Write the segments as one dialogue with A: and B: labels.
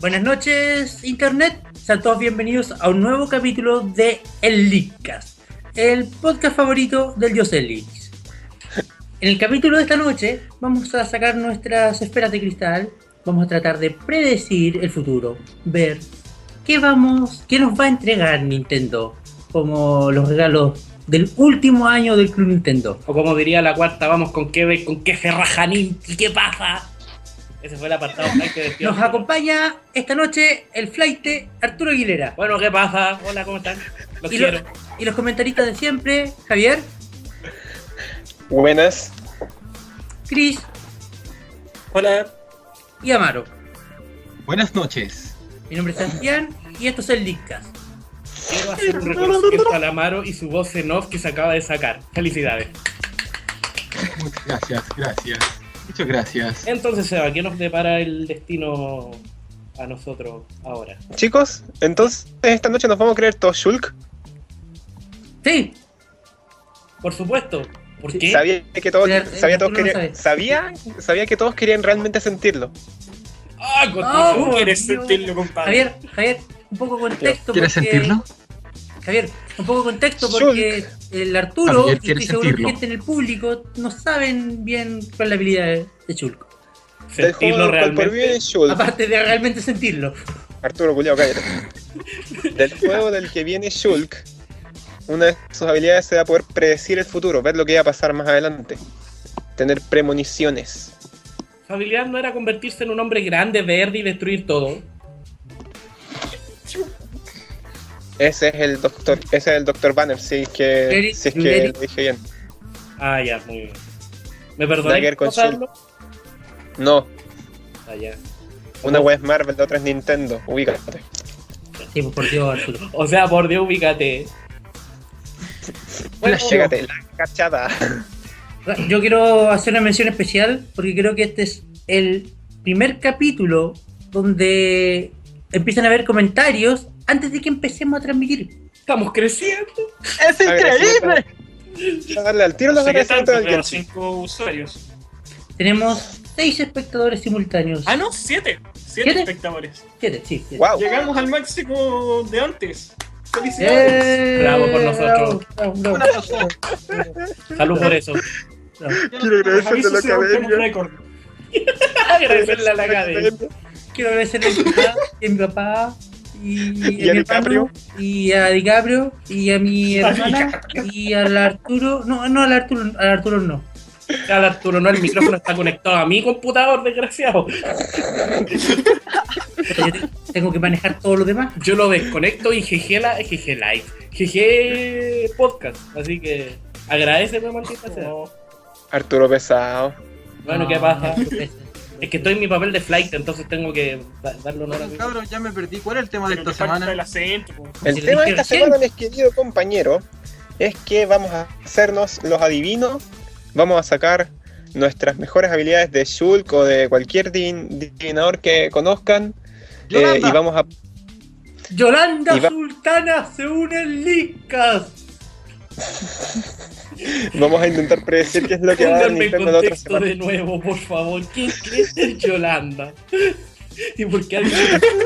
A: Buenas noches, Internet. Sean todos bienvenidos a un nuevo capítulo de El Leakcast, el podcast favorito del dios del Leaks. En el capítulo de esta noche vamos a sacar nuestras esferas de cristal, vamos a tratar de predecir el futuro, ver qué vamos, qué nos va a entregar Nintendo como los regalos del último año del Club Nintendo.
B: O como diría la cuarta, vamos con qué, con qué ferrajanín, ¿y qué pasa? Ese fue el apartado flight que despidió.
A: Nos acompaña esta noche el flaite Arturo Aguilera.
B: Bueno, ¿qué pasa? Hola, ¿cómo están? Los
A: Y,
B: quiero.
A: los- y los comentaristas de siempre, Javier,
C: Buenas.
A: Cris
C: Hola.
A: y Amaro.
D: Buenas noches.
A: Mi nombre es Sebastián y esto es el Leadcast.
B: Quiero hacer un reconocimiento al Amaro y su voz en off que se acaba de sacar. Felicidades.
D: Muchas gracias, gracias. Muchas gracias.
B: Entonces, Seba, ¿qué nos depara el destino a nosotros ahora?
C: Chicos, entonces esta noche nos vamos a creer todos Shulk.
A: Sí,
B: Por supuesto. ¿Por qué?
C: Sabía que todos,
A: Claro,
C: sabía, todos
A: tú eh, no lo
C: querían,
A: sabes.
C: sabía, sabía que todos querían realmente sentirlo.
B: ¡Ah, con
A: Ah,
B: tu-
A: por
B: eres
A: Dios.
B: sentirlo, compadre.
A: Javier, Javier, un poco de contexto.
D: ¿Quieres
A: porque-
D: sentirlo?
A: Javier, un poco de contexto porque el Arturo
D: Javier
A: y estoy
D: quiere
A: seguro que
D: sentirlo.
A: gente en el público no saben bien cuál es la habilidad de- de Chulco.
C: Del
B: Sentirlo
C: juego del por
B: realmente.
C: vive Shulk.
A: Aparte de realmente sentirlo.
C: Arturo Culeado, cállate. Del juego del que viene Shulk, una de sus habilidades será poder predecir el futuro, ver lo que va a pasar más adelante. Tener premoniciones.
B: Su habilidad no era convertirse en un hombre grande, verde y destruir todo.
C: Ese es el doctor, ese es el doctor Banner, si es que,
A: Eric,
C: si es que
A: Eric.
C: lo dije bien.
B: Ah, ya, muy bien. ¿Me perdonáis
C: Dagger
B: por
C: con shield.
B: pasarlo?
C: No,
B: Ah, ya.
C: una web es Marvel, la otra es Nintendo. Ubícate.
A: Sí, pues, por Dios, Arturo.
B: O sea, por Dios, ubícate.
D: Bueno,
C: Llégate, la cachada.
A: Yo quiero hacer una mención especial porque creo que este es el primer capítulo donde empiezan a haber comentarios antes de que empecemos a transmitir.
B: Estamos creciendo.
D: ¡Es
C: increíble! Quiero darle al tiro los
E: sé qué
C: agradecimientos
E: tanto,
C: del
E: pero
C: Genshin.
E: cinco usuarios.
A: Tenemos seis espectadores simultáneos.
E: Ah, no, siete. Siete,
A: ¿Siete?
E: espectadores.
A: Siete, sí. siete.
C: ¡Wow!
E: Llegamos al máximo de antes. Felicidades.
A: ¡Eh!
B: Bravo por nosotros.
A: Bravo, bravo,
D: Un
A: bravo.
D: aplauso.
B: Salud por eso.
C: Quiero agradecerle a la academia.
B: Agradecerle a la cadena.
A: Quiero agradecerle a mi papá, y a mi papá y,
C: Y a
A: mi
C: DiCaprio.
A: hermano, y a DiCaprio y a mi hermana y al Arturo. No, no, al Arturo, al Arturo no.
B: Cada Arturo, no, el micrófono está conectado a mi computador, desgraciado.
A: Puta, yo te- tengo que manejar todo lo demás.
B: Yo lo desconecto y GG, la, GG Live. GG Podcast. Así que agradeceme, maldita sea.
C: Arturo Pesado.
B: Bueno,
A: No,
B: ¿qué pasa?
A: no, no,
B: Es que estoy en mi papel de flight, entonces tengo que da- darle honor a mi.
D: Cabros, ya me perdí. ¿Cuál es el tema de
E: Pero
D: esta
E: te falta
D: semana?
E: el acento. po.
C: El
A: Si lo
C: tema de
A: dije
C: esta
A: recién.
C: semana, mis queridos compañeros, es que vamos a hacernos los adivinos. Vamos a sacar nuestras mejores habilidades de Shulk o de cualquier din- divinador que conozcan. Eh,
D: Yolanda.
C: y vamos a.
A: Yolanda
C: Y va-
A: Sultana se une en Licas.
C: Vamos a intentar predecir qué es lo que va a dar
B: Pónganme en
C: Nintendo la otra
B: contexto
C: semana.
B: de nuevo, por favor. ¿Quién quiere ser Yolanda? ¿Y por qué alguien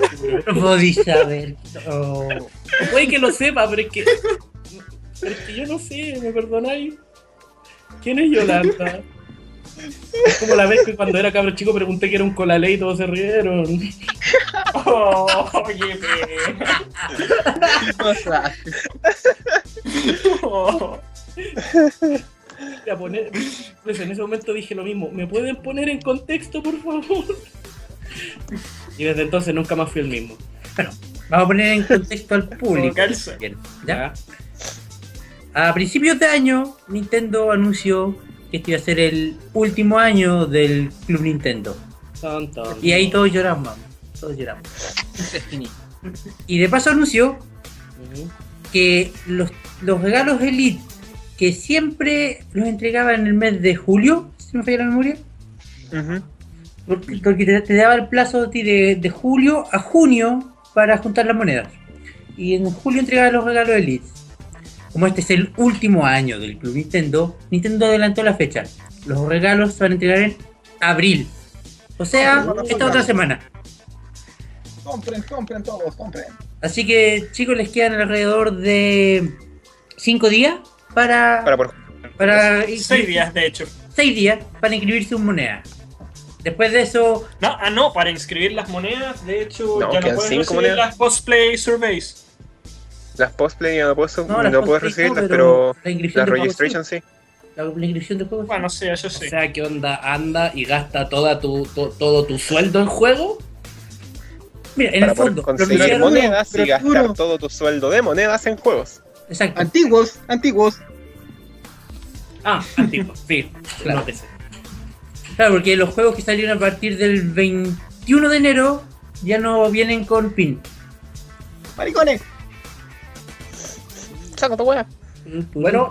A: No podéis saber. Oh.
B: Puede que lo sepa, pero es que. Es que yo no sé, ¿me perdonáis? ¿Quién es Yolanda? Es como la vez que cuando era cabro chico pregunté que era un colalé y todos se rieron.
E: Oh, oye, pe. Oh.
B: Mira, poner- Pues en ese momento dije lo mismo. ¿Me pueden poner en contexto, por favor? Y desde entonces nunca más fui el mismo.
A: Vamos a poner en contexto al
E: Como
A: público.
E: calza.
A: Bien, ¿ya?
B: ¿Ya?
A: A principios de año, Nintendo anunció que este iba a ser el último año del Club Nintendo.
B: Tan, tan.
A: Y ahí todos lloramos, todos lloramos. Y de paso anunció
B: Ujú.
A: que los, los regalos Elite, que siempre los entregaba en el mes de julio, si no me falla la memoria,
C: Ujú.
A: porque, porque te, te daba el plazo a ti de, de julio a junio para juntar las monedas. Y en julio entregaba los regalos Elite. Como este es el último año del Club Nintendo, Nintendo adelantó la fecha. Los regalos se van a entregar en abril. O sea, esta otra semana.
D: Compren, compren todos, compren.
A: Así que chicos, les quedan alrededor de 5 días para,
C: Para por...
A: para
E: Seis días, de hecho.
A: seis días para inscribirse en moneda. Después de eso,
E: No, ah, no, para inscribir las monedas, de hecho,
C: No,
E: ya no
C: quedan
E: puedes
C: cinco
E: recibir
C: monedas.
E: las cosplay surveys.
C: Las postplay no, puedo,
A: no,
C: no,
A: las
C: puedes
A: cosplay
C: recibirlas,
A: no,
C: pero,
A: la inscripción
C: las
A: de juegos
C: registration sí.
A: sí. La, la inscripción de juegos sí.
E: Bueno, sí, eso sí.
F: O sea, ¿qué onda? Anda y gasta toda tu, to- todo tu sueldo en juego.
A: Mira, en
C: Para
A: el fondo,
C: poder
A: lo que
C: conseguir
A: hicieron-
D: moneda.
C: monedas y
D: pero
C: gastar
D: duro.
C: todo tu sueldo de monedas en juegos.
A: exacto,
D: Antiguos, antiguos.
B: Ah, antiguo, sí.
A: Claro.
B: nótese.
A: claro, porque los juegos que salieron a partir del 21 de enero ya no vienen con pin.
D: Maricones.
C: Saco tu wea.
B: Bueno,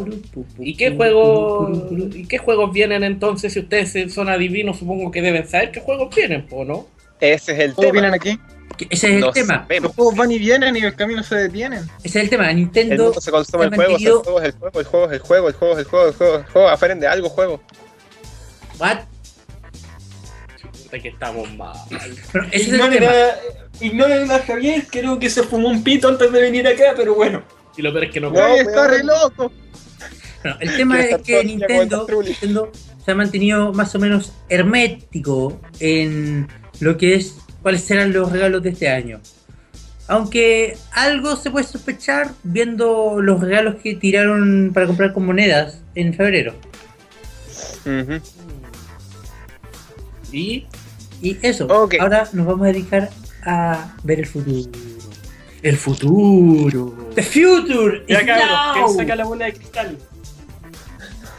B: ¿Y qué, juego, ¿Y qué juegos vienen entonces? Si ustedes son adivinos, supongo que deben saber qué juegos vienen, ¿o no?
C: Ese es el
D: Todos
C: tema.
D: vienen aquí.
A: Que Ese es el
C: No
A: tema,
C: sabemos.
D: Los juegos van y vienen y el camino se detienen.
A: ese es el tema.
C: El
A: Nintendo
C: mundo se consume
A: se
C: el juego, el
A: mantequillo.
C: juego, el juego, el juego, el juego, el juego, el juego, el juego, el juego, aprende algo, juego.
A: What?
B: Chuta, que estamos mal.
A: Bueno, ese es el
E: Ignoren
A: tema.
E: a, ignoren a Javier, creo que se fumó un pito antes de venir acá, pero bueno.
B: Y lo peor es que no.
C: No,
D: Ahí
C: weón.
D: está re loco.
A: Bueno, el tema
C: Quiero
A: es
C: estar
A: que
C: todo el día con el
A: Nintendo,
C: Patrulli.
A: Nintendo se ha mantenido más o menos hermético en lo que es cuáles serán los regalos de este año. Aunque algo se puede sospechar viendo los regalos que tiraron para comprar con monedas en febrero.
C: Ujú.
B: Y
A: Y eso,
C: Ok.
A: ahora nos vamos a dedicar a ver el futuro.
B: el futuro.
A: The future is
E: Ya cabrón,
A: now.
E: ¿quién saca la bola de cristal?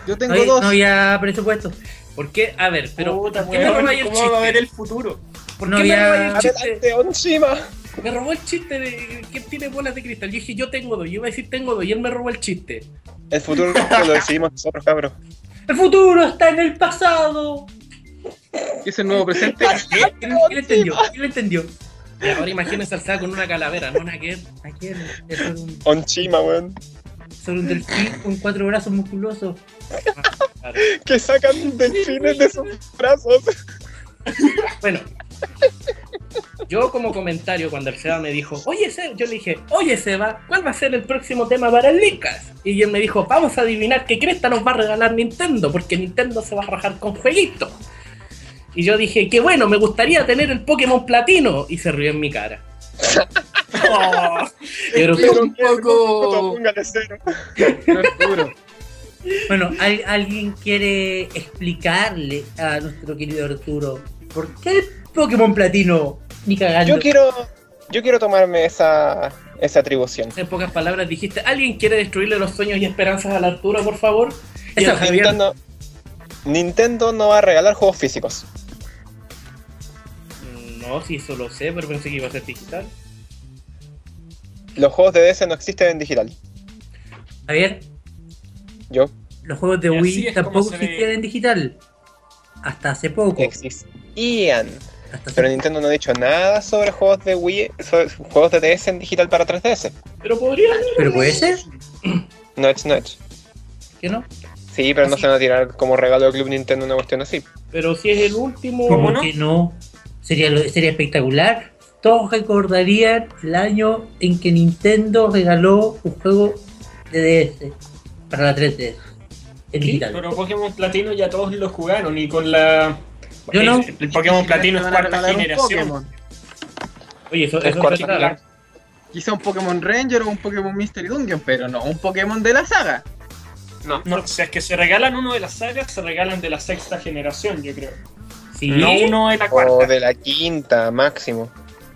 D: Yo
A: No
D: tengo
A: había,
D: dos.
A: no había presupuesto.
F: ¿Por qué? A ver, pero
E: Puta,
F: ¿por qué me
E: weón,
F: robáis el
E: ¿Cómo va a ver
F: chiste?
E: el futuro?
F: ¿Por
A: No
F: qué me
A: había-
F: robáis el chiste?
C: Adelante, Onshima.
F: Me robó el chiste de que tiene bolas de cristal. Yo dije, yo tengo dos. Yo iba a decir, tengo dos. Y él me robó el chiste.
C: El futuro lo decidimos nosotros, cabros.
A: El futuro está en el pasado.
D: Es el nuevo presente.
A: ¿Quién quién entendió? ¿Quién entendido?
F: Y ahora imagínense alzada con una calavera, ¿no? Una que...
A: Aquí el- el- sobre un,
C: Onshima, weón.
A: sobre un delfín con cuatro brazos musculosos.
C: Que sacan delfines de sus brazos.
B: Bueno, yo como comentario, cuando el Seba me dijo, oye Seba, yo le dije, oye Seba, ¿cuál va a ser el próximo tema para el Licas? Y él me dijo, vamos a adivinar qué cresta nos va a regalar Nintendo, porque Nintendo se va a rajar con jueguitos. Y yo dije, qué bueno, me gustaría tener el Pokémon Platino. Y se rió en mi cara. Pero
D: Explica un
C: Puto,
D: poco.
C: póngale cero.
D: Arturo.
A: Bueno, ¿al- ¿alguien quiere explicarle a nuestro querido Arturo por qué el Pokémon Platino ni cagando?
C: Yo quiero, yo quiero tomarme esa, esa atribución.
B: en pocas palabras dijiste, ¿alguien quiere destruirle los sueños y esperanzas a la Arturo, por favor? Y el
A: Eso,
B: Javier,
C: Nintendo, Nintendo no va a regalar juegos físicos.
B: Mm, no, si eso lo sé, pero pensé que iba a ser digital.
C: Los juegos de DS no existen en digital.
A: A ver,
C: Yo
A: los juegos de
E: Y así
A: Wii
E: es como
A: tampoco
E: se ve.
A: existían en digital. Hasta hace poco.
C: existían.
A: Hasta hace
C: Pero Nintendo no ha dicho nada sobre juegos de Wii, sobre juegos de DS en digital para 3DS.
B: Pero podría
A: Pero puede ser
C: No es, no es.
A: que no.
C: Ah, Sí, pero no se van a tirar como regalo al Club Nintendo una cuestión así.
B: Pero si es el último.
E: ¿Cómo
A: ¿Por qué no? Sería, lo- sería espectacular. Todos recordarían el año en que Nintendo regaló un juego DDS para la 3DS. En
E: Sí,
A: digital.
E: pero Pokémon Platino ya todos lo jugaron y con la.
A: Yo
E: el,
A: no.
E: el Pokémon Platino
D: Te
E: es
D: van a
E: cuarta
D: regalar un
E: generación.
D: Pokémon.
B: Oye, eso,
C: Es
B: eso
C: cuarto.
B: se trata.
D: Quizá un Pokémon Ranger o un Pokémon Mystery Dungeon, pero no un Pokémon de la saga.
E: No, no, si es que se regalan uno de las sagas, se regalan de la sexta generación, yo creo.
A: Sí.
E: No uno de la cuarta.
C: O de la quinta, máximo.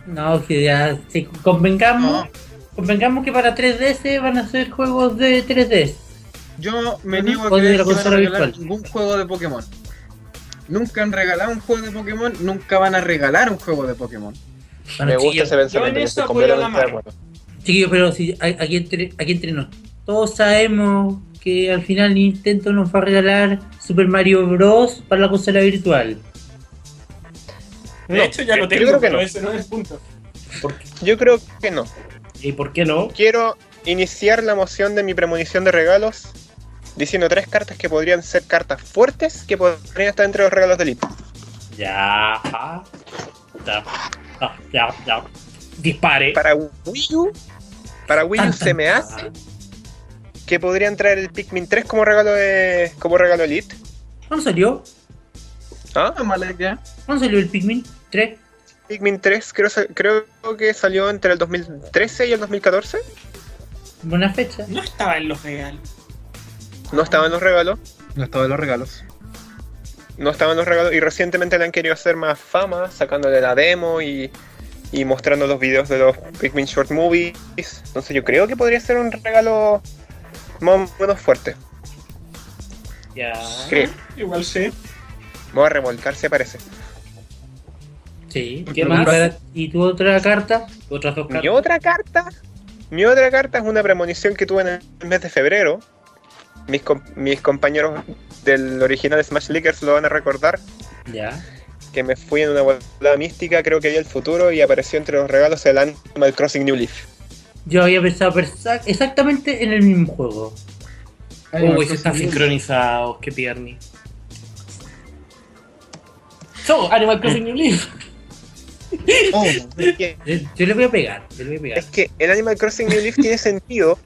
A: No, que ya, si convengamos,
D: No.
A: convengamos que para 3DS van a ser juegos de 3DS.
D: Yo me
A: Ujú.
D: niego a
A: O de la
D: creer que van a
A: consola
D: regalar
A: virtual.
D: ningún juego de Pokémon. Nunca han regalado un juego de Pokémon, nunca van a regalar un juego de Pokémon.
A: Bueno,
C: me gusta
A: chiquillos,
C: ese
E: yo en
C: pensamiento, yo
E: eso
C: estoy
E: apoyo a la
C: completamente de
E: mano.
C: acuerdo.
A: chiquillos, pero si, a- aquí, entre, aquí entre nos. Todos sabemos que al final Nintendo nos va a regalar Super Mario Bros. para la consola virtual.
E: De
C: No,
E: hecho, ya lo
C: yo
E: tengo,
C: creo que
E: pero
C: no.
E: ese no es el punto.
C: Yo creo que no.
B: ¿Y por qué no?
C: Quiero iniciar la moción de mi premonición de regalos diciendo tres cartas que podrían ser cartas fuertes que podrían estar entre los regalos de Lip.
B: Ya. Ya. Ya. Ya. ya. Dispare. Ah,
C: Para Wii U, para Wii U se me hace que podrían traer el Pikmin 3 como regalo de como regalo Elite.
A: ¿Cuándo salió?
C: ¿Ah?
D: No, mala idea.
A: ¿Cuándo salió el Pikmin 3?
C: Pikmin 3 creo, sa- creo que salió entre el 2013 y el 2014.
A: Buena fecha.
E: No estaba en los regalos.
C: No estaban los regalos.
D: No estaba en los regalos.
C: No estaban los regalos. Y recientemente le han querido hacer más fama, sacándole la demo y, y mostrando los videos de los Pikmin Short Movies. Entonces yo creo que podría ser un regalo más o menos fuerte.
B: Ya. ah,
C: Creo.
E: Igual sí.
C: Me voy a remolcar, se parece.
A: Sí.
B: ¿Qué más?
A: ¿Y tu otra carta?
B: Otras dos
C: Mi
B: cartas.
C: otra carta. Mi otra carta es una premonición que tuve en el mes de febrero. Mis, com- mis compañeros del original Smash Lickers lo van a recordar.
A: Ya.
C: Que me fui en una volada mística, creo que vi el futuro y apareció entre los regalos el Animal Crossing New Leaf.
A: Yo había pensado persa- exactamente en el mismo juego.
B: Uy, se están sincronizados, qué tierni. So, Animal Crossing New Leaf.
D: Oh,
C: Es que-
A: Yo, Eh, yo le voy a pegar, yo le voy a
C: es
A: pegar.
C: que el Animal Crossing New Leaf tiene sentido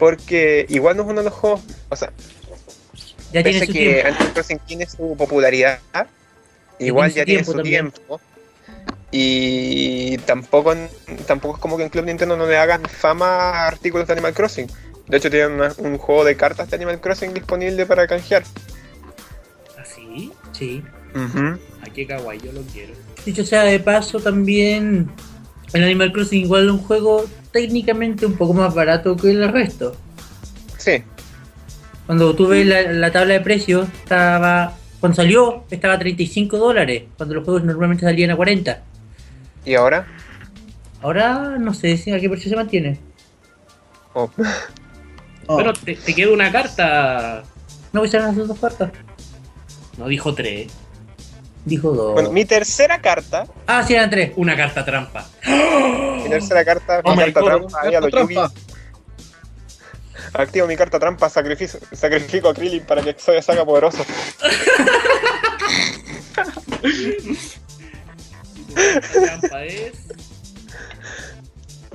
C: porque igual no es uno de los juegos. O sea,
A: Ya tiene
C: pese
A: su
C: que
A: tiempo.
C: Animal Crossing tiene su popularidad, igual ya
A: tiene
C: tiene
A: su
C: su
A: tiempo
C: tiempo. Y tampoco, tampoco es como que en Club Nintendo no le hagan fama a artículos de Animal Crossing. De hecho, tienen una- un juego de cartas de Animal Crossing disponible para canjear.
B: ¿Ah, Así,
A: Sí.
B: aquí kawaii, yo lo quiero.
A: Dicho sea de paso, también el Animal Crossing igual es un juego técnicamente un poco más barato que el resto.
C: Sí,
A: Cuando tuve la, la tabla de precios, estaba. Cuando salió, estaba a 35 dólares, cuando los juegos normalmente salían a 40.
C: y ahora.
A: Ahora no sé si a qué precio se mantiene.
C: Oh.
B: Bueno, te, te queda una carta.
A: No voy a las dos cartas.
B: No dijo tres.
A: Dijo
D: Oh.
A: dos.
C: Bueno, mi tercera carta.
A: Ah, sí, eran tres.
B: Una carta trampa.
C: Mi tercera carta,
D: Oh
C: mi
D: my
C: carta
D: God,
C: trampa, ahí a lo
D: carta
C: Yugi.
D: trampa.
C: Activo mi carta trampa, sacrificio- sacrifico a Krillin para que Exodia salga poderoso.
B: trampa es.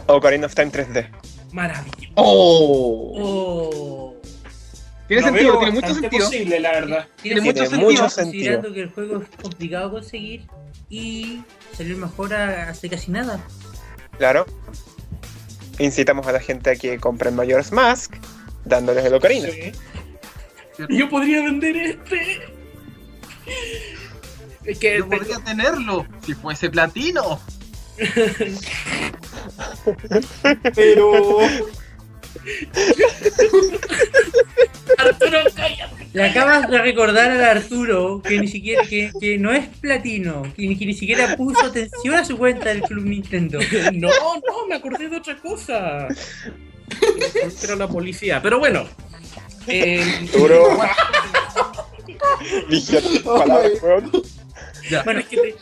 C: Ocarina of Time 3D.
B: Maravilloso.
D: Oh.
A: Oh.
D: Tiene
E: Lo
D: sentido,
E: veo
D: tiene mucho
E: bastante
D: sentido.
E: posible, la verdad.
C: Tiene mucho sentido. mucho sentido.
A: Considerando que el juego es complicado de conseguir y salió mejor a- hace casi nada.
C: Claro. Incitamos a la gente a que compren Majora's Mask, dándoles el Ocarina.
B: Yo podría vender este. Es que
D: Yo podría tenerlo si fuese platino.
E: Pero.
B: Arturo, cállate.
A: Le acabas de recordar a Arturo que ni siquiera que, que no es platino, que ni, que ni siquiera puso atención a su cuenta del Club Nintendo.
B: No, no, me acordé de otra cosa. Era la policía. Pero bueno. Eh,
C: Duro. Dije palabras, weón.
A: Bueno,
B: es que te-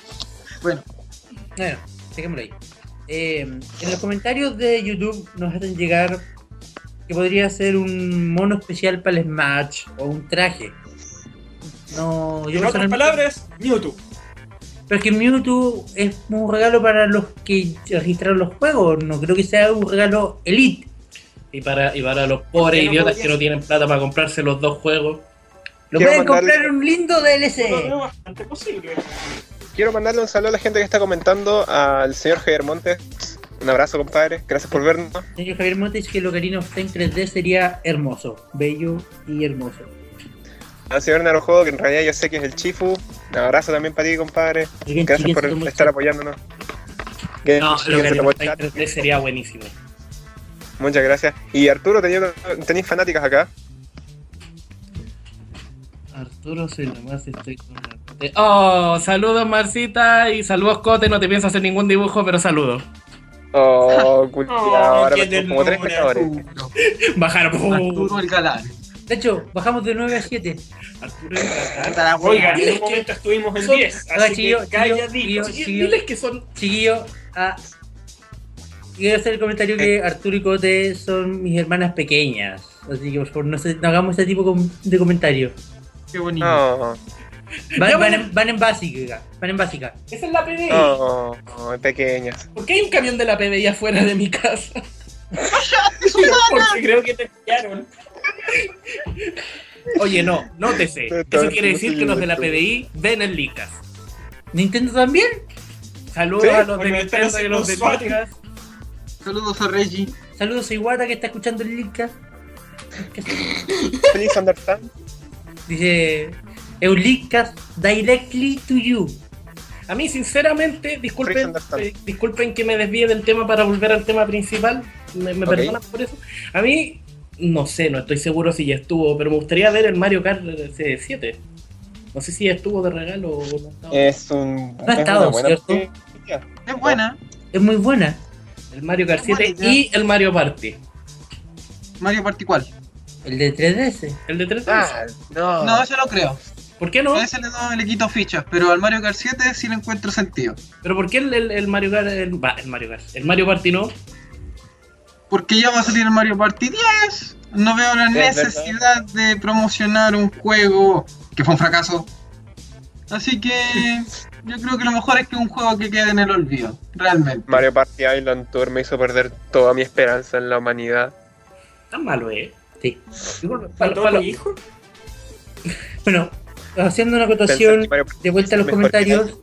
A: Bueno, dejémoslo ahí. Eh, en los comentarios de YouTube nos hacen llegar que podría ser un mono especial para el Smash o un traje. No, yo
E: En otras
A: personalmente-
E: palabras, Mewtwo.
A: Pero es que Mewtwo es un regalo para los que registraron los juegos, no creo que sea un regalo elite.
B: Y para, y para los pobres
E: Que no
B: idiotas
E: podía
B: que no
E: ser.
B: tienen plata para comprarse los dos juegos.
A: Lo
C: Quiero
A: pueden
C: mandarle-
A: comprar en un lindo
E: Lo veo
A: DLC.
E: bastante posible.
C: Quiero mandarle un saludo a la gente que está comentando, al señor Javier Montes. Un abrazo, compadre. Gracias por vernos.
A: Señor Javier Montes, que el Ocarina of Time 3D sería hermoso, bello y hermoso.
C: Al señor Narojo, que en realidad yo sé que es el Chifu. Un abrazo también para ti, compadre.
A: Así que en
C: Gracias
A: Chiquen
C: por
A: se tomó el
C: estar
A: chat.
C: apoyándonos. Que-
B: No,
C: que
B: lo
C: se
B: que
C: tomó el
B: haría
C: chat.
B: 3D sería buenísimo.
C: Muchas gracias. Y Arturo, tenía- tenéis fanáticas acá.
B: Arturo se nomás estoy con la Cote. Oh, saludos Marcita y saludos Cote, no te pienso hacer ningún dibujo, pero saludos.
C: Oh, culiao, ahora
E: qué
C: tengo como tres
E: ternura.
C: pescadores.
D: Uh,
B: Bajar.
D: Arturo el galán.
A: De hecho, bajamos de 9 a 7.
B: Arturo y Tatán.
D: Hasta la
E: Oigan,
D: wea.
E: en
B: Diles
E: un
B: que-
E: momento estuvimos en
B: son-
E: 10,
A: Ahora,
E: así
A: chiquillo,
E: que calladito.
A: chiquillo,
B: Y-
A: chiquillo.
B: Diles que son.
A: Chiquillo, ah, quiero hacer el comentario
C: Eh.
A: que Arturo y Cote son mis hermanas pequeñas. Así que por favor, no, se- no hagamos ese tipo com- de comentario.
D: Qué bonito.
C: Oh,
A: Van,
B: Ya,
A: van
B: bueno.
A: en, van en básica. Van en básica.
B: Esa es la PDI.
C: oh, oh, pequeñas.
B: ¿Por qué hay un camión de la PDI afuera de mi casa?
E: Porque creo que te pillaron.
B: Oye, no, nótese. Eso quiere decir que los de la PDI ven el Licas.
A: ¿Nintendo también?
B: Saludos
C: Sí,
B: a los de
E: porque están
B: Nintendo y a los de
E: haciendo
B: Licas.
D: Saludos a Reggie.
A: Saludos a Iwata que está escuchando el Linkcast.
C: Please understand.
A: Dice, es un Linkcast directly to you.
B: A mí, sinceramente,
C: Please
B: disculpen,
C: understand.
B: eh, disculpen que me desvíe del tema para volver al tema principal. Me, me
C: Ok.
B: perdonan por eso. A mí, no sé, no estoy seguro si ya estuvo, pero me gustaría ver el Mario Kart eh, 7. No sé si ya estuvo de regalo o no. estaba.
C: Es un.
A: ha
C: es
A: estado,
C: una buena
A: ¿cierto?
C: película.
D: Es buena.
A: Es muy buena.
B: el Mario Kart
D: buena
B: 7
D: idea.
B: y el Mario Party.
D: Mario Particual.
A: El de 3DS.
B: El de 3
C: Ah, no.
D: No, yo no creo.
B: ¿Por qué no?
D: A ese le, no, le quito fichas, pero al Mario Kart 7 sí le encuentro sentido.
B: ¿Pero por qué el, el- el Mario Kart... El, va, el Mario Kart. El Mario Party no.
D: Porque ya va a salir el Mario Party 10. No veo la
C: Es
D: necesidad de promocionar un juego que fue un fracaso. Así que yo creo que lo mejor es que un juego que quede en el olvido, realmente.
C: Mario Party Island Tour me hizo perder toda mi esperanza en la humanidad.
B: Tan malo, ¿eh?
A: Sí.
B: Disculpen, para-
E: ¿Faltó
B: para-
E: mi hijo?
A: Bueno, haciendo una
C: Pensar
A: acotación
C: que Mario Party
A: de vuelta a los
C: es mejor que
A: comentarios,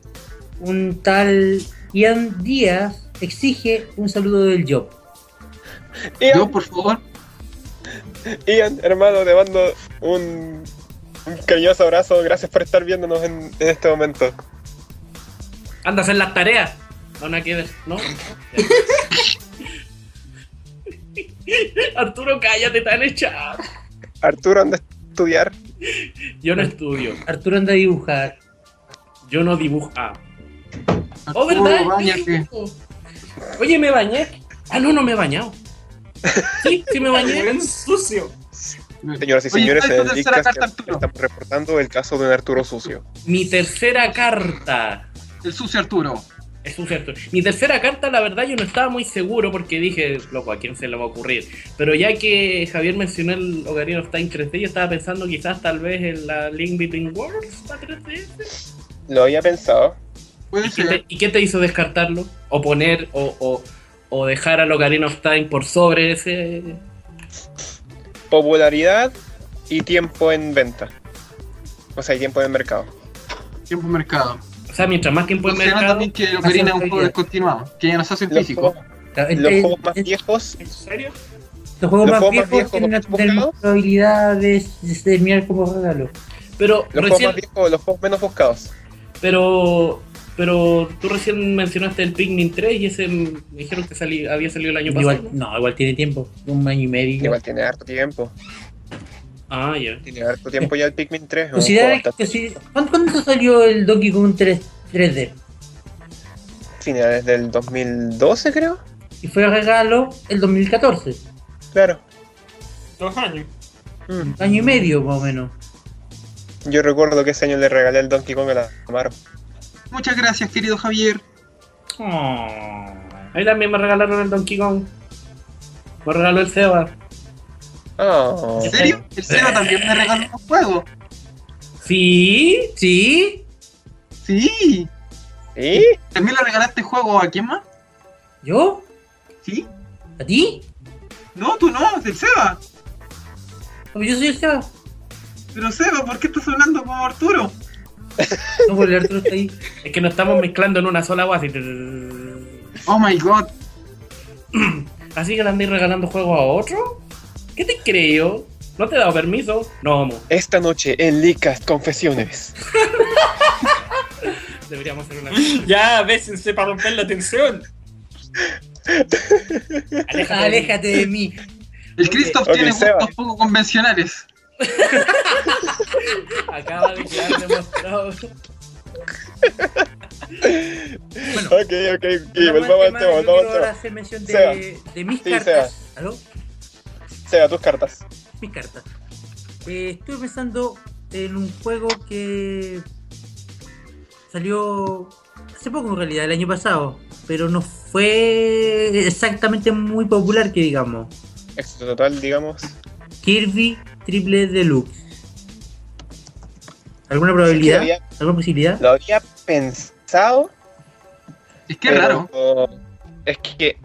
A: un tal Ian Díaz exige un saludo del Job.
D: Yo,
C: Ian,
D: por favor,
C: Ian, hermano, te mando un, un cariñoso abrazo. Gracias por estar viéndonos en, en este momento.
B: Anda a hacer las tareas. No, nada que ver, ¿no? Ya. Arturo, cállate, tan echado.
C: Arturo, anda a estudiar.
B: Yo no estudio,
A: Arturo anda a dibujar.
B: yo no dibujo. Ah. Oh,
D: Arturo,
B: ¿verdad?
D: báñate.
B: Oye, me bañé. Ah, no, no me he bañado. Sí, sí me bañé.
E: Buen sucio.
C: Señoras y
D: Oye,
C: señores, en
D: ¿cuál es tu
C: el
D: tercera
C: Leadcast
D: carta, Arturo?
C: estamos reportando el caso de un Arturo sucio.
B: Mi tercera carta.
D: el sucio Arturo.
B: Es un cierto. Mi tercera carta, la verdad, yo no estaba muy seguro porque dije, loco, ¿a quién se le va a ocurrir? Pero ya que Javier mencionó el Ocarina of Time 3D, yo estaba pensando quizás tal vez en la Link Between Worlds para 3D.
C: Lo había pensado.
D: Puede
B: ¿Y qué,
D: ser.
B: te, y qué te hizo descartarlo? ¿O poner o, o, o dejar a Ocarina of Time por sobre ese?
C: Popularidad y tiempo en venta. O sea, y tiempo en el mercado.
D: Tiempo en mercado.
B: O sea, mientras más tiempo en
D: Considerando
B: mercado.
D: también que el Ocarina es un juego
A: facilidad.
D: descontinuado, que ya no se hace en
C: Los,
D: físico.
C: juegos- los
A: Este-
C: juegos más
A: este-
C: viejos
E: ¿En serio?
A: Los juegos más
C: Los juegos más
A: viejos
C: viejos
A: tienen la
C: más buscados.
A: probabilidad de de terminar como regalo.
B: Pero
C: Los juegos
B: recién,
C: más viejos, los juegos menos buscados.
B: pero pero tú recién mencionaste el Pikmin 3 y ese mm, me dijeron que sali- había salido el año pasado.
A: Igual,
B: ¿no?
A: no, igual tiene tiempo. Un año y medio.
C: Igual tiene harto tiempo.
B: Ah, ya.
C: Tiene harto tiempo ya el Pikmin 3. es un juego
A: Considera
C: bastante-
A: que si- ¿cuándo, cuándo salió el Donkey Kong 3, 3D?
C: Finales del 2012, creo.
A: Y fue regalo el 2014.
C: Claro.
E: Dos años.
C: Mm.
A: Año y medio más o menos.
C: Yo recuerdo que ese año le regalé el Donkey Kong a la Amaro.
D: Muchas gracias, querido Javier.
A: Oh.
B: A mí también me regalaron el Donkey Kong. Me regaló el Seba.
C: Oh.
D: ¿En serio? El Seba también me regaló un juego.
B: Sí, sí.
D: Sí.
C: ¿Sí?
D: ¿También le regalaste juego a quién más?
A: ¿Yo?
D: ¿Sí?
A: ¿A ti?
D: No, tú no, es el Seba.
A: Yo soy el Seba.
D: Pero Seba, ¿por qué estás hablando como Arturo?
A: No, porque el Arturo está ahí.
B: Es que nos estamos mezclando en una sola agua. Así,
D: Oh my god.
B: así que le andáis regalando juegos a otro. ¿Qué te creo? ¿No te he dado permiso? No, vamos.
C: Esta noche en Licas Confesiones.
B: Deberíamos hacer una.
E: Ya, bésense para romper la tensión.
B: Aléjate.
A: Aléjate de mí.
D: El Christoph
C: ok,
D: tiene
C: Seba.
D: gustos poco convencionales.
B: Acaba de quedar demostrado.
C: Ok, ok, ok, volvamos al
A: Vamos
C: tema, volvamos al
A: ahora
C: tema.
A: hacer mención
C: Seba.
A: de, de mis
C: Sí,
A: cartas. ¿Aló?
C: Seba, tus cartas.
A: Mis cartas. Eh, estuve pensando en un juego que salió hace poco en realidad, el año pasado, pero no fue exactamente muy popular que digamos.
C: Éxito total, digamos.
A: Kirby Triple Deluxe. ¿Alguna probabilidad?
C: había-
A: ¿Alguna posibilidad?
C: Lo había pensado.
D: Es que
C: pero,
D: raro.
C: Es que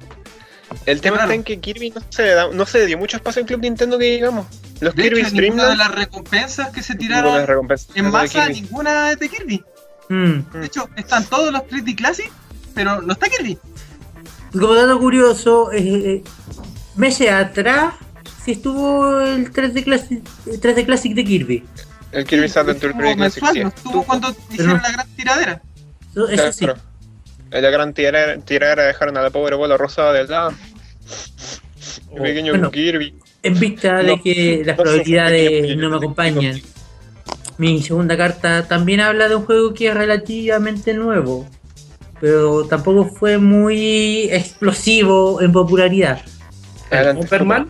C: el tema
D: raro.
C: está en que Kirby no se, le da- no se le dio mucho espacio en Club Nintendo que digamos. Los
D: De
C: Kirby
D: hecho, ninguna de
C: Streamland
D: las recompensas que se
C: ninguna
D: tiraron
C: recompensa
D: en
C: de
D: masa,
C: Kirby.
D: ninguna es de Kirby.
A: Mm.
D: De hecho, están todos los 3D Classic, pero no está Kirby.
A: Como dato curioso, eh, eh, meses atrás sí estuvo el 3D Classic, el 3D Classic de Kirby.
C: El Kirby Adventure
D: Estuvo
C: Kirby Classic.
D: mensual,
C: sí.
D: no estuvo cuando hicieron la gran tiradera.
A: Eso, eso
C: Claro,
A: sí.
C: claro. La gran tirera, tirera dejaron a la pobre bola rosada del lado. El pequeño
A: Bueno,
C: Kirby.
A: En vista
C: No,
A: de que las
C: no sé, es
A: probabilidades
C: que-
A: no me acompañan. Mi segunda carta también habla de un juego que es relativamente nuevo, pero tampoco fue muy explosivo en popularidad.
C: Adelante.
B: Superman.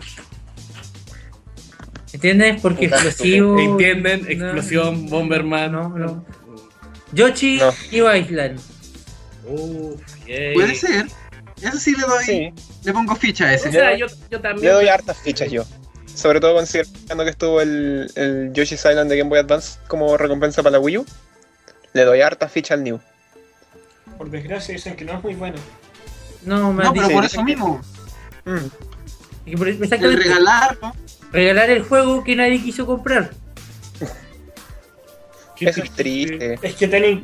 A: ¿Entiendes? Porque
C: Exacto.
A: explosivo.
B: ¿Entienden?
A: No.
B: Explosión, Bomberman.
A: No, no. Yoshi
C: No.
A: y Island.
B: Uf, yay.
D: Puede ser. Eso sí le doy.
C: Sí,
D: Le pongo ficha a
B: O
D: ese.
B: sea, yo, yo
C: le
B: también.
C: doy hartas fichas yo. Sobre todo considerando que estuvo el, el Yoshi's Island de Game Boy Advance como recompensa para la Wii U. Le doy hartas fichas al New.
E: Por desgracia dicen que no es muy bueno.
A: No, me
D: No,
A: han
D: pero
A: dicho.
D: por eso mismo.
C: Mm,
A: que por-
D: El
A: exactamente,
D: regalarlo.
A: regalar el juego que nadie quiso comprar.
E: Qué
C: eso es triste.
E: Es que ten en-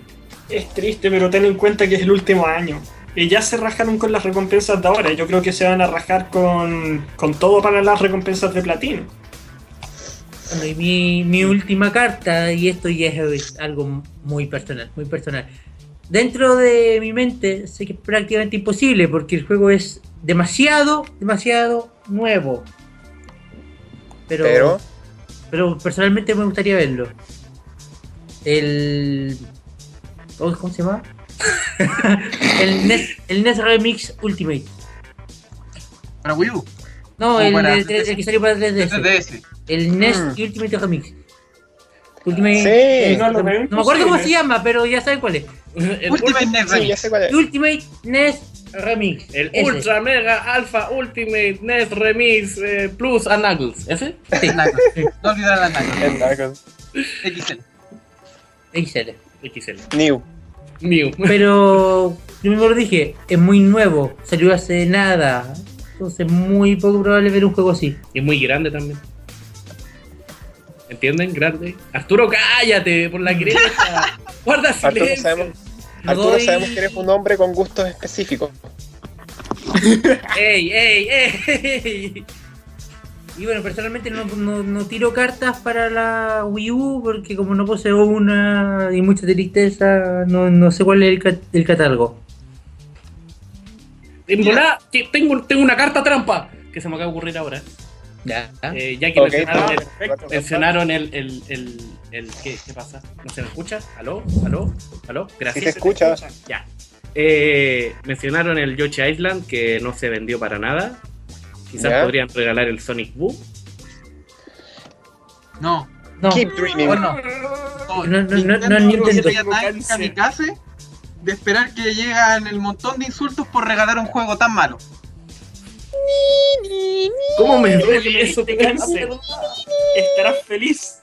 E: es triste, pero ten en cuenta que es el último año. Y ya se rajaron con las recompensas de ahora. Yo creo que se van a rajar con, con todo para las recompensas de platino.
A: Bueno, y mi, mi última carta, y esto ya es algo muy personal, muy personal. Dentro de mi mente sé que es prácticamente imposible porque el juego es demasiado, demasiado nuevo. Pero,
C: Pero,
A: pero, personalmente me gustaría verlo. El... ¿Cómo cómo se llama? el, NES, el NES Remix Ultimate.
D: Para Wii U.
A: No,
D: Como
A: el,
D: para
A: de 3D, el que salió para 3DS.
D: 3DS.
A: El NES
C: Mm.
A: y Ultimate Remix. Ultimate.
C: Sí.
A: eh,
E: No,
A: no,
E: lo veo
A: me acuerdo cómo
E: imposible.
A: se llama, pero ya saben cuál es.
B: El,
D: Ultimate Next
C: sí, ya sé cuál es.
A: Ultimate NES Remix.
B: ul- el
A: Ese.
B: Ultra Mega Alpha Ultimate NES Remix eh, Plus and Knuckles. ¿Ese?
D: No olvidar la Naco.
C: Es nada con-
D: XL.
A: XL.
B: XL.
C: New.
B: Mew.
A: Pero, yo mismo lo dije, es muy nuevo, salió hace nada. Entonces, muy poco probable ver un juego así.
B: Y es muy grande también. ¿Entienden? Grande. Arturo, cállate por la cresta. Guarda
C: Arturo,
B: silencio.
C: sabemos-
A: Le
C: Arturo,
A: doy-
C: sabemos que eres un hombre con gustos específicos.
B: ¡Ey, ey, ey!
A: Y bueno, personalmente no, no- no tiro cartas para la Wii U porque, como no poseo una y mucha tristeza, no, no sé cuál es el, cat- el catálogo.
B: En volá, que tengo, tengo una carta trampa que se me acaba de ocurrir ahora.
A: Ya.
B: Eh, ya que
C: Ok,
E: Ah,
B: mencionaron,
C: perfecto.
B: el, mencionaron el, el, el, el- ¿qué, ¿Qué pasa? ¿No se me escucha? ¿Aló? ¿Aló? ¿Aló?
C: Si
B: Gracias.
C: se escucha,
B: Ya. Eh, mencionaron el Yoshi Island que no se vendió para nada. Quizás
C: Ya.
B: podrían regalar el Sonic Boom.
D: No.
A: No,
C: keep dreaming.
D: Bueno.
A: No, no, no,
D: Nintendo
A: no, Nintendo.
D: que sería tan
E: Cáncer.
D: kamikaze de esperar que llegan el montón de insultos por regalar un juego tan malo.
B: ¿Cómo me duele eso?
E: Eso te canse. este Estarás feliz.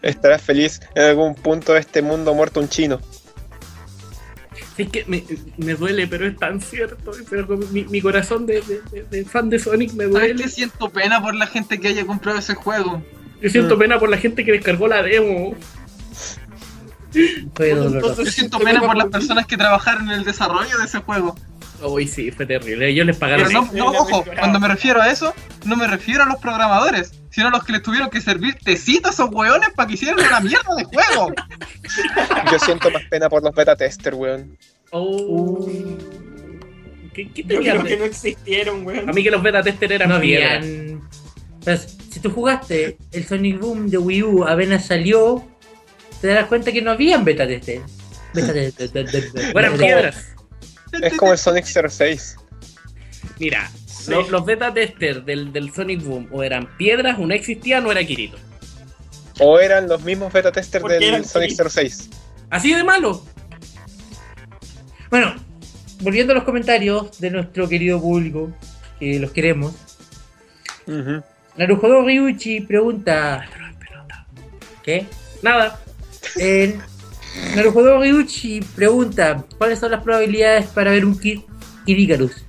C: Estarás feliz en algún punto de este mundo muerto un chino.
B: Es que me, me duele, pero es tan cierto. Pero con mi, mi corazón de, de- de- de fan de Sonic
E: Ah,
B: me
D: ¿Sabes
B: duele.
D: que siento pena por la gente que haya comprado ese juego?
B: Yo
E: Mm.
B: siento pena por la gente que descargó la demo.
A: Fue doloroso.
D: Yo siento pena por las personas que trabajaron en el desarrollo de ese juego.
B: Uy, sí, fue terrible. Ellos les pagaron.
D: Pero no, no, ojo, cuando me refiero a eso, no me refiero a los programadores, sino a los que les tuvieron que servir tecitos a esos hueones para que hicieran una mierda de juego.
C: Yo siento más pena por los beta tester, weón.
B: Oh. ¿Qué, qué
E: Yo
B: tenía?
E: creo que no existieron, weón.
B: A mí que los beta tester eran
A: No
B: piedra.
A: habían. Entonces, Pues, si tú jugaste el Sonic Boom de Wii U apenas salió, te darás cuenta que no habían beta tester. Beta tester.
B: Fueran piedras.
C: Es como el Sonic 06.
B: Mira, lo- los, beta testers del, del Sonic Boom o eran piedras, o no existían o era Kirito.
C: O eran los mismos beta tester
E: Porque eran
C: del Sonic 06.
B: Así de malo.
A: Bueno, volviendo a los comentarios de nuestro querido público, que los queremos.
C: Ujú.
A: Narujodo Ryuchi pregunta. ¿Qué?
B: Nada.
A: En Narujodo Ryuchi pregunta: ¿Cuáles son las probabilidades para ver un Ki- Kirikarus?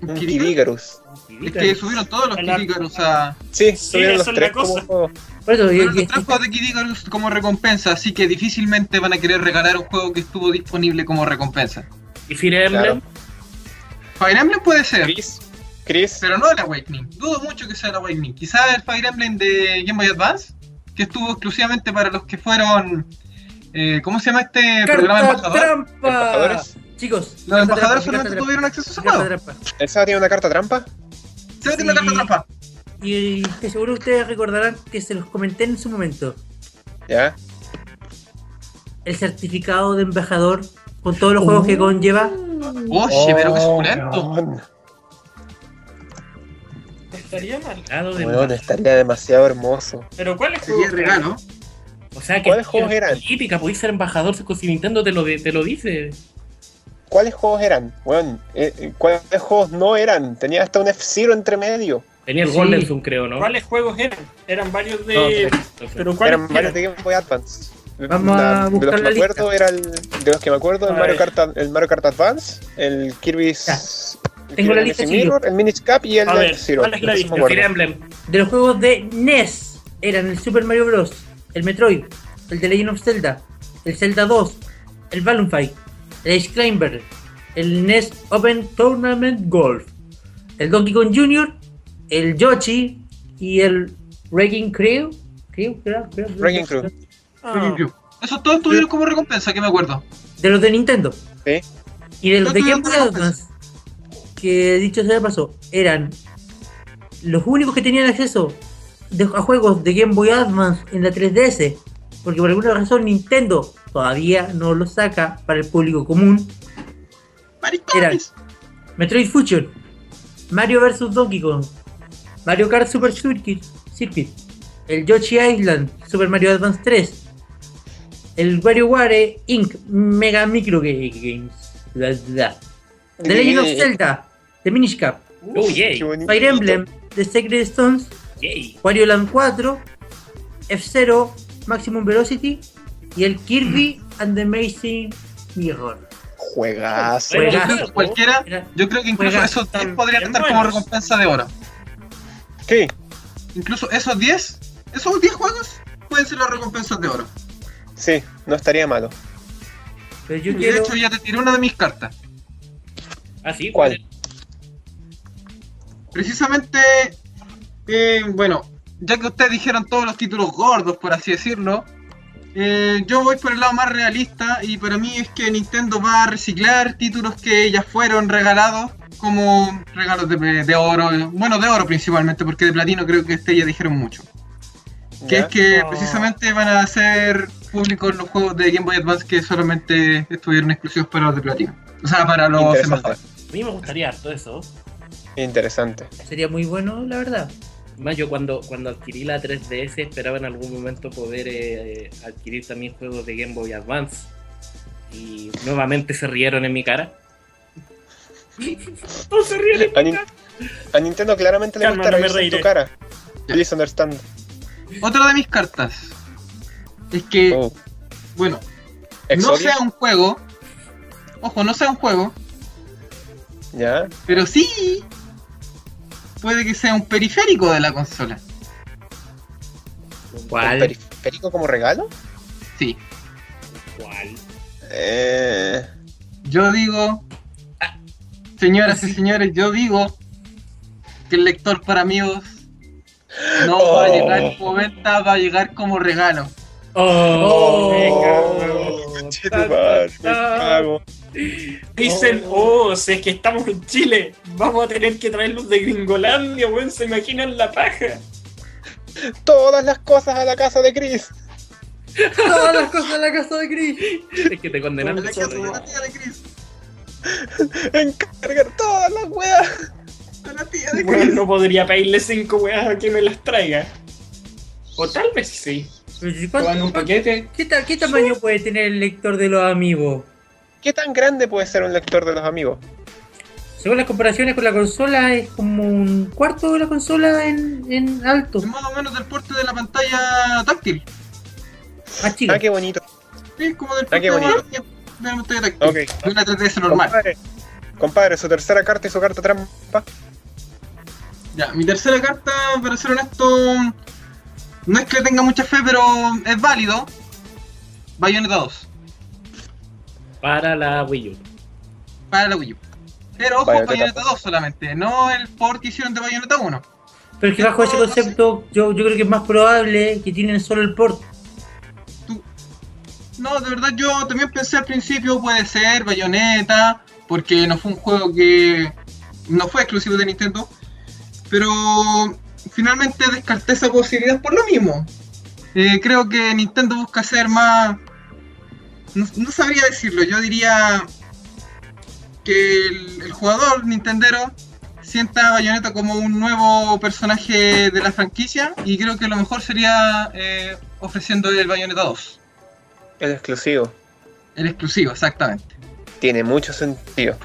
C: Un Kirigarus.
D: Es que subieron todos los
E: A la-
D: Kirigarus a.
C: Sí,
E: Sí,
C: tuvieron
E: esa
C: los
E: es la
C: tres
E: cosa.
C: como juego.
A: Por eso, yo-
D: Subieron
A: yo-
D: los tres juegos de Kirigarus como recompensa, así que difícilmente van a querer regalar un juego que estuvo disponible como recompensa.
B: Y Fire Emblem.
C: Claro.
D: Fire Emblem puede ser,
C: Chris. Chris.
D: pero no el Awakening. Dudo mucho que sea el Awakening. Quizá el Fire Emblem de Game Boy Advance, que estuvo exclusivamente para los que fueron. eh, ¿Cómo se llama este programa
A: ¡Carta
D: embajador?
A: trampa!
C: ¿Embajadores?
A: Chicos,
D: Los
A: carta
D: embajadores
A: trampa,
D: solamente
A: carta
D: tuvieron acceso a ese
A: trampa,
D: juego.
A: carta trampa.
C: ¿El Saba tiene una carta trampa?
D: Se meten la carta
A: Sí.
D: trampa.
A: Y de seguro ustedes recordarán que se los comenté en su momento.
C: Ya.
A: El certificado de embajador con todos los juegos que conlleva.
D: Oye, pero qué
C: Oh,
D: suculento.
C: weón.
E: Estaría mal.
B: Lado de-
C: Weón, estaría demasiado hermoso.
E: Pero ¿cuál es
D: Sería regalo.
B: O sea que
C: ¿Cuáles juegos eran?
B: típica, podéis ser embajador si Nintendo te lo, de- te lo dice.
C: ¿Cuáles juegos eran? Weón, eh, eh, ¿cuáles juegos no eran? Tenía hasta un F-Zero entre medio.
B: Tenía el
A: Sí.
B: Golden Sun, creo, ¿no?
E: ¿Cuáles juegos eran? Eran varios de.
B: No, tres, entonces.
E: Pero ¿cuáles
C: Eran varios de Game Boy Advance.
A: Vamos a
C: de los
A: buscar
C: que
A: la
C: me acuerdo era el, de los que me acuerdo el
E: A
C: Mario
E: ver.
C: Kart el Mario Kart Advance, el Kirby's el
A: Tengo la
C: Kirby's
A: lista,
C: Mirror, el Minish Cap y el
E: A ver,
C: F-Zero.
E: ¿cuál es la
C: Eso
E: lista?
C: me
B: El
C: acuerdo.
B: Fire Emblem.
A: De los juegos de NES eran el Super Mario Bros., el Metroid, el The Legend of Zelda, el Zelda 2, el Balloon Fight, el Age Climber, el NES Open Tournament Golf, el Donkey Kong Jr., el Yoshi y el Wrecking Crew. Crew, creo, creo, creo,
C: Wrecking
A: creo.
C: Crew.
A: Oh.
E: Ah,
D: Esos todos tuvieron como recompensa, que me acuerdo.
A: De los de Nintendo.
C: Sí.
A: Y de los
D: Creo
A: de
D: que
A: Game Boy
D: no pues. te
A: Advance. Que dicho sea de paso, eran los únicos que tenían acceso de- a juegos de Game Boy Advance en la 3DS. Porque por alguna razón Nintendo todavía no lo saca para el público común.
D: Maricones.
A: Metroid Fusion, Mario vs Donkey Kong, Mario Kart Super Circuit, Circuit, el Yoshi Island, Super Mario Advance 3, el WarioWare Inc. Mega Micro Ga- Games, bla, bla. The Legend of
C: Eh,
A: Zelda, The Minish Cap,
B: Oh, yay,
C: qué bonito.
A: Fire Emblem, The Sacred Stones,
B: yay.
A: Wario Land 4, F-Zero, Maximum Velocity y el Kirby and the Amazing Mirror.
C: Juegazo.
B: Bueno,
D: Yo creo que cualquiera,
A: Era-
D: yo creo que incluso
A: Juega.
D: esos 10
E: Tan
D: podrían
E: bien
D: estar como
E: buenos.
D: recompensa de oro.
C: Sí,
D: Incluso esos 10, esos 10 juegos pueden ser las recompensas de oro.
C: sí, no estaría malo.
A: pero
D: Y
A: yo
D: de
A: quiero...
D: hecho ya te tiré una de mis cartas.
B: Ah, sí.
C: ¿Cuál?
D: Precisamente, eh, bueno, ya que ustedes dijeron todos los títulos gordos, por así decirlo, eh, yo voy por el lado más realista y para mí es que Nintendo va a reciclar títulos que ya fueron regalados como regalos de, de oro, eh, bueno, de oro principalmente, porque de platino creo que este ya dijeron mucho. Que
C: ¿Ya?
D: es que
E: Oh.
D: precisamente van a hacer públicos los juegos de Game Boy Advance que solamente estuvieron exclusivos para los de platino. O sea, para los
C: Interesante.
D: embajadores.
B: A mí me gustaría harto eso.
C: Interesante.
A: Sería muy bueno, la verdad.
B: Más yo cuando, cuando adquirí la 3DS esperaba en algún momento poder eh, adquirir también juegos de Game Boy Advance. Y nuevamente se rieron en mi cara.
E: no se ríen.
C: A, Nin- a Nintendo claramente le
E: Calma,
C: gusta
E: no me
C: reírse en tu
E: reiré.
C: cara. Please understand.
D: Otra de mis cartas es que,
C: Oh,
A: Eh,
D: bueno, no
C: Exodia.
D: sea un juego Ojo, no sea un juego,
C: ¿Ya?
D: pero sí puede que sea un periférico de la consola.
C: ¿Un
B: ¿Cuál?
C: periférico como regalo?
D: Sí,
B: ¿Cuál?
C: Eh,
D: yo digo, ah, señoras y señores, yo digo que el lector para amigos no va a
C: Oh.
D: llegar como venta, va a llegar como regalo.
B: Oh,
C: oh, conchetumar, me
E: Ah.
C: cago.
E: Dicen, oh, si es que estamos en Chile, vamos a tener que traerlos de Gringolandia, weón, se imaginan la paja.
C: Todas las cosas a la casa de Chris.
A: Todas las cosas en la casa de Chris.
B: es que te condenaste
D: La casa de
B: solo.
D: la tía de Chris,
C: Encargar todas las weas.
D: de la tía de
E: Weón,
D: Chris.
E: no podría pedirle cinco weas a que me las traiga. O tal vez sí.
A: Pero si
E: O
A: cuánto-
E: en un paquete.
A: ¿Qué, ta- qué tamaño puede tener el lector de los amigos?
C: ¿Qué tan grande puede ser un lector de los amigos?
A: Según las comparaciones con la consola, es como un cuarto de la consola en, en alto.
D: Es más o menos del porte de la pantalla táctil.
A: Más chico.
C: Ah, qué bonito.
D: Sí, como del
C: Ah, qué
D: porte de la
C: bonito.
D: pantalla de la pantalla táctil.
C: Ok.
D: De una 3DS normal.
C: Compadre, compadre, su tercera carta y su carta trampa.
D: Ya, mi tercera carta, para ser honesto, no es que le tenga mucha fe, pero es válido. Bayonetta 2,
B: Para la Wii U.
D: para la Wii U. Pero ojo,
C: Bayonetta
D: Bayonetta, 2 solamente, no el port que hicieron de Bayonetta 1.
A: Pero es que bajo ese concepto, yo, yo creo que es más probable que tienen solo el port.
D: No, de verdad yo también pensé al principio, puede ser Bayonetta, porque no fue un juego que no fue exclusivo de Nintendo. Pero finalmente descarté esa posibilidad por lo mismo. Eh, creo que Nintendo busca ser más... No, no sabría decirlo, yo diría que el, el jugador Nintendero sienta a Bayonetta como un nuevo personaje de la franquicia y creo que lo mejor sería eh, ofreciendo el Bayonetta 2.
C: El exclusivo.
D: El exclusivo, exactamente.
C: Tiene mucho sentido.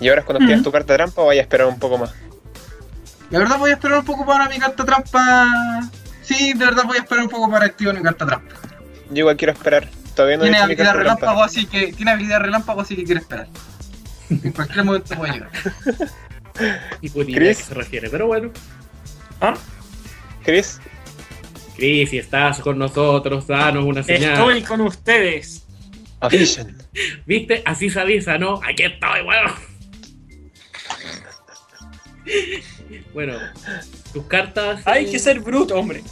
C: Y ahora es cuando pidas tu carta trampa, vaya a esperar un poco más.
D: La verdad voy a esperar un poco para mi carta trampa. Sí, de verdad voy a esperar un poco para activar mi carta trampa.
C: Yo igual quiero esperar. Todavía no he
D: tiene
C: hecho mi
D: habilidad
C: carta
D: relámpago,
C: trampa.
D: así que. Tiene habilidad relámpago, así que quiero esperar. En cualquier momento voy a llegar.
B: Y pues, por
C: ¿Chris?
B: qué se refiere, pero bueno.
C: Chris,
B: Chris, si estás con nosotros, danos una señal.
E: Estoy con ustedes.
C: Avision.
B: ¿Viste? Así se avisa, ¿no? Aquí estoy, bueno. bueno, tus cartas.
E: Hay
B: eh,
E: que ser bruto, hombre.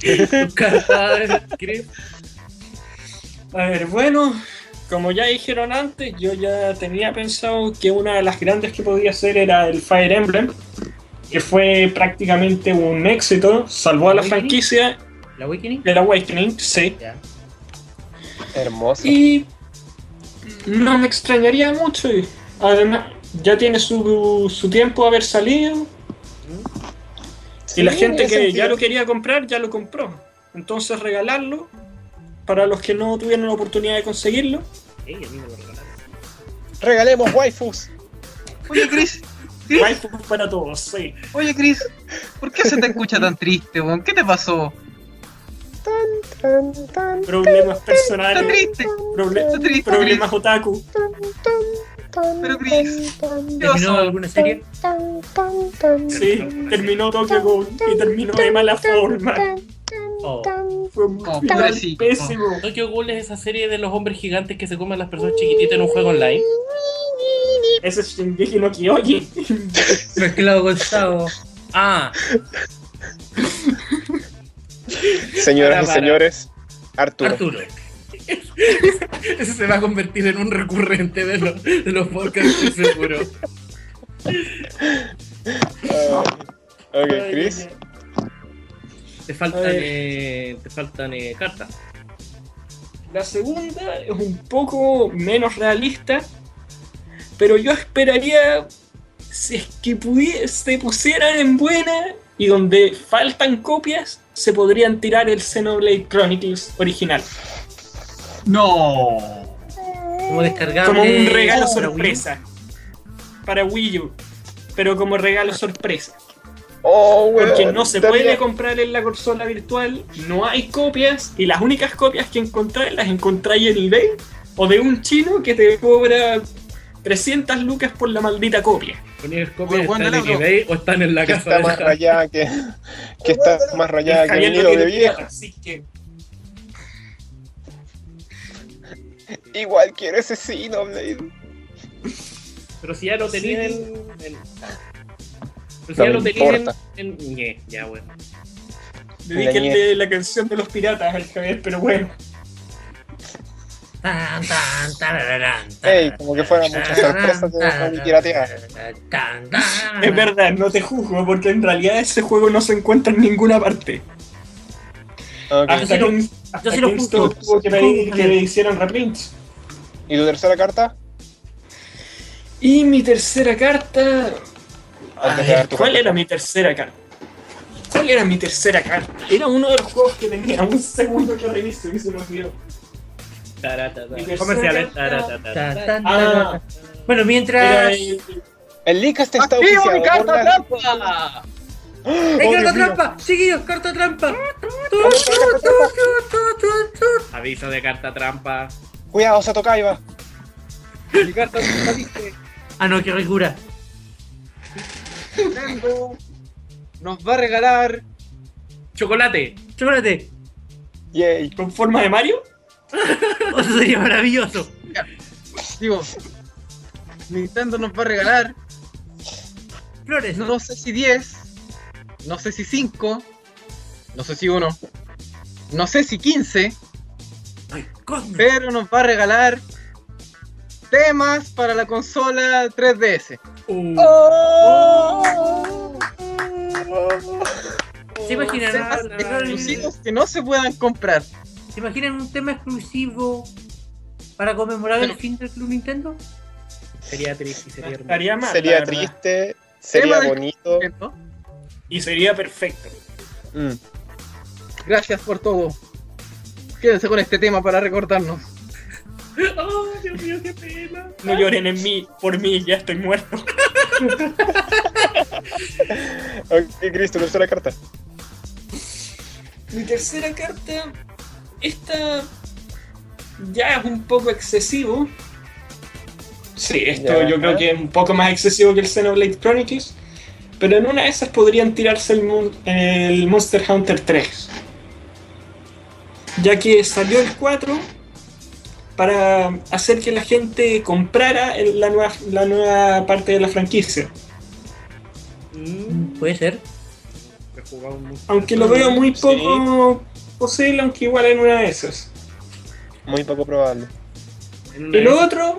B: Tus cartas, Chris.
E: A ver, bueno, como ya dijeron antes, yo ya tenía pensado que una de las grandes que podía hacer era el Fire Emblem, que fue prácticamente un éxito, salvó a la
B: Awakening.
E: franquicia,
B: ¿La Awakening?
E: el Awakening, sí.
B: Ya.
C: Hermoso.
E: Y no me extrañaría mucho, y además ya tiene su, su tiempo de haber salido, y la
C: Sí,
E: gente
C: tiene
E: que ya
C: sentido.
E: lo quería comprar, ya lo compró. Entonces regalarlo, para los que no tuvieron la oportunidad de conseguirlo,
B: Ey, a mí me lo regalaron.
C: Regalemos waifus.
D: Oye, Chris. Chris,
E: Mindful para todos, sí.
D: oye, Chris. ¿Por qué se te escucha tan triste, weón? ¿Qué te pasó?
C: Tan, tan,
E: Problemas
D: Está
E: personales,
D: triste.
E: proble-
D: Está triste,
E: problemas otaku.
C: tan, tan, tan,
D: Pero, Chris,
C: tan, tan,
A: ¿Terminó alguna serie?
C: tan, tan, tan,
E: Sí, terminó Tokyo Ghoul y terminó de mala forma.
B: Oh.
E: Fue un
D: Oh,
E: final
D: pobrecito.
E: pésimo.
B: Tokyo Ghoul es esa serie de los hombres gigantes que se comen a las personas chiquititas en un juego online.
E: Ese es Shingeki no Kyojin.
A: Mezclado con Sao. Ah,
C: Señoras y
B: Para, para.
C: señores, Arturo.
A: Arturo.
B: Ese se va a convertir en un recurrente de, los- de los podcasts, estoy seguro.
C: Ah, ok, Chris.
B: Te faltan,
E: Ay.
B: eh, te faltan eh, cartas.
E: La segunda es un poco menos realista, pero yo esperaría si es que pudi- se pusieran en buena y donde faltan copias, se podrían tirar el Xenoblade Chronicles original.
D: No.
A: Como descargable.
E: Como un regalo
A: para Wii U.
E: sorpresa para Wii U, pero como regalo sorpresa.
C: Oh, weón,
E: Porque no se
C: también-
E: puede comprar en la consola virtual, no hay copias, y las únicas copias que encontráis las encontráis en eBay o de un chino que te cobra 300 lucas por la maldita copia.
B: Poner
D: Bueno,
B: copias
D: bueno,
B: están en
D: loco.
B: eBay o están en la
C: que
B: casa
C: está
B: de
C: más
B: Javier.
C: rayada que, que está más rayada que
E: Javier
C: el
E: no
C: nido de
E: tiene plata,
C: vieja.
E: así que
C: Igual quiero ese Xenoblade.
B: Pero si ya lo tenían
E: Sí.
B: en. en- Pero si
C: No
B: ya
C: me
B: lo tenían
C: importa.
B: en. en- Ñe, ya, bueno.
E: dedíquenle la canción de los piratas al Javier, pero bueno.
A: Tan, tan, tarararán,
C: Ey, como que fueran muchas sorpresas de esa
A: tarararán,
C: piratea.
A: tarararán, tan, tan.
E: Es verdad, no te juzgo, porque en realidad ese juego no se encuentra en ninguna parte.
C: Ok.
E: Hasta que, un-
A: yo
E: hasta
A: sí
E: que
A: lo
E: un
A: juzgo.
E: estudio tuvo que pedir que le hicieran reprints.
C: ¿Y tu tercera carta?
E: Y mi tercera carta.
C: Antes de
E: Ay,
C: dar tu
E: ¿Cuál
C: carta.
E: era mi tercera carta? ¿Cuál era mi tercera carta? Era uno de los juegos que tenía. Un segundo que reviso y se me olvidó.
B: Tarata,
E: Mi tercera
B: Comerciales.
E: carta-
B: tarata, tarata.
A: Tan, tan,
E: Ah,
A: tararán. Bueno,
E: era
A: mientras.
E: el-
C: El Licast está
D: ¡Activo mi
C: oficiado. por
D: carta
C: la-
D: trampa!
C: ¡Oh,
A: ¡Eh,
C: Dios
A: carta
C: mío!
A: trampa! ¡Chiquillos, carta trampa! ¡Tut,
C: Vamos,
A: tut,
C: carta trampa.
A: tut, tut, tut, tut!
B: Aviso de carta trampa.
C: Cuidado, Sato Kaiba.
B: Mi carta trampa dice.
A: Ah, no, qué ricura.
D: Nintendo nos va a regalar
B: Chocolate.
A: Chocolate.
C: Yay.
E: ¿Con forma de Mario?
A: Eso sería maravilloso.
D: Digo, Nintendo nos va a regalar,
A: Flores.
D: no sé si 10, no sé si 5, no sé si 1, no sé si 15,
A: Ay,
C: Mm.
A: cosmos.
D: pero nos va a regalar temas para la consola 3DS.
B: Uh,
E: Oh.
A: ¿Se
D: Temas
A: imaginan,
D: exclusivos que no se puedan comprar.
A: ¿Se imaginan un tema exclusivo para conmemorar el
D: Pero-
A: fin del Club Nintendo?
B: Sería triste, sería hermoso.
E: Estaría mal. la
C: Sería
E: verdad.
C: triste, sería
D: del-
C: bonito.
D: ¿no?
E: Y sería perfecto.
C: Mm.
D: Gracias por todo. Quédense con este tema para recordarnos.
B: Oh, Dios mío, qué pena.
E: No lloren en mí, por mí, ya estoy muerto.
C: Ok, Cristo, tercera carta.
E: Mi tercera carta, esta ya es un poco excesivo. Sí, esto
C: Ya.
E: yo creo que es un poco más excesivo que el Xenoblade Chronicles, pero en una de esas podrían tirarse el, mon- el Monster Hunter 3. Ya que salió el 4 para hacer que la gente comprara el- la nueva, la nueva parte de la franquicia.
B: Mm,
A: Puede ser.
B: he jugado mucho.
E: Aunque lo veo muy poco posible, aunque igual en una de esas.
C: Muy poco probable.
B: En una
E: Y lo
B: vez-
E: otro,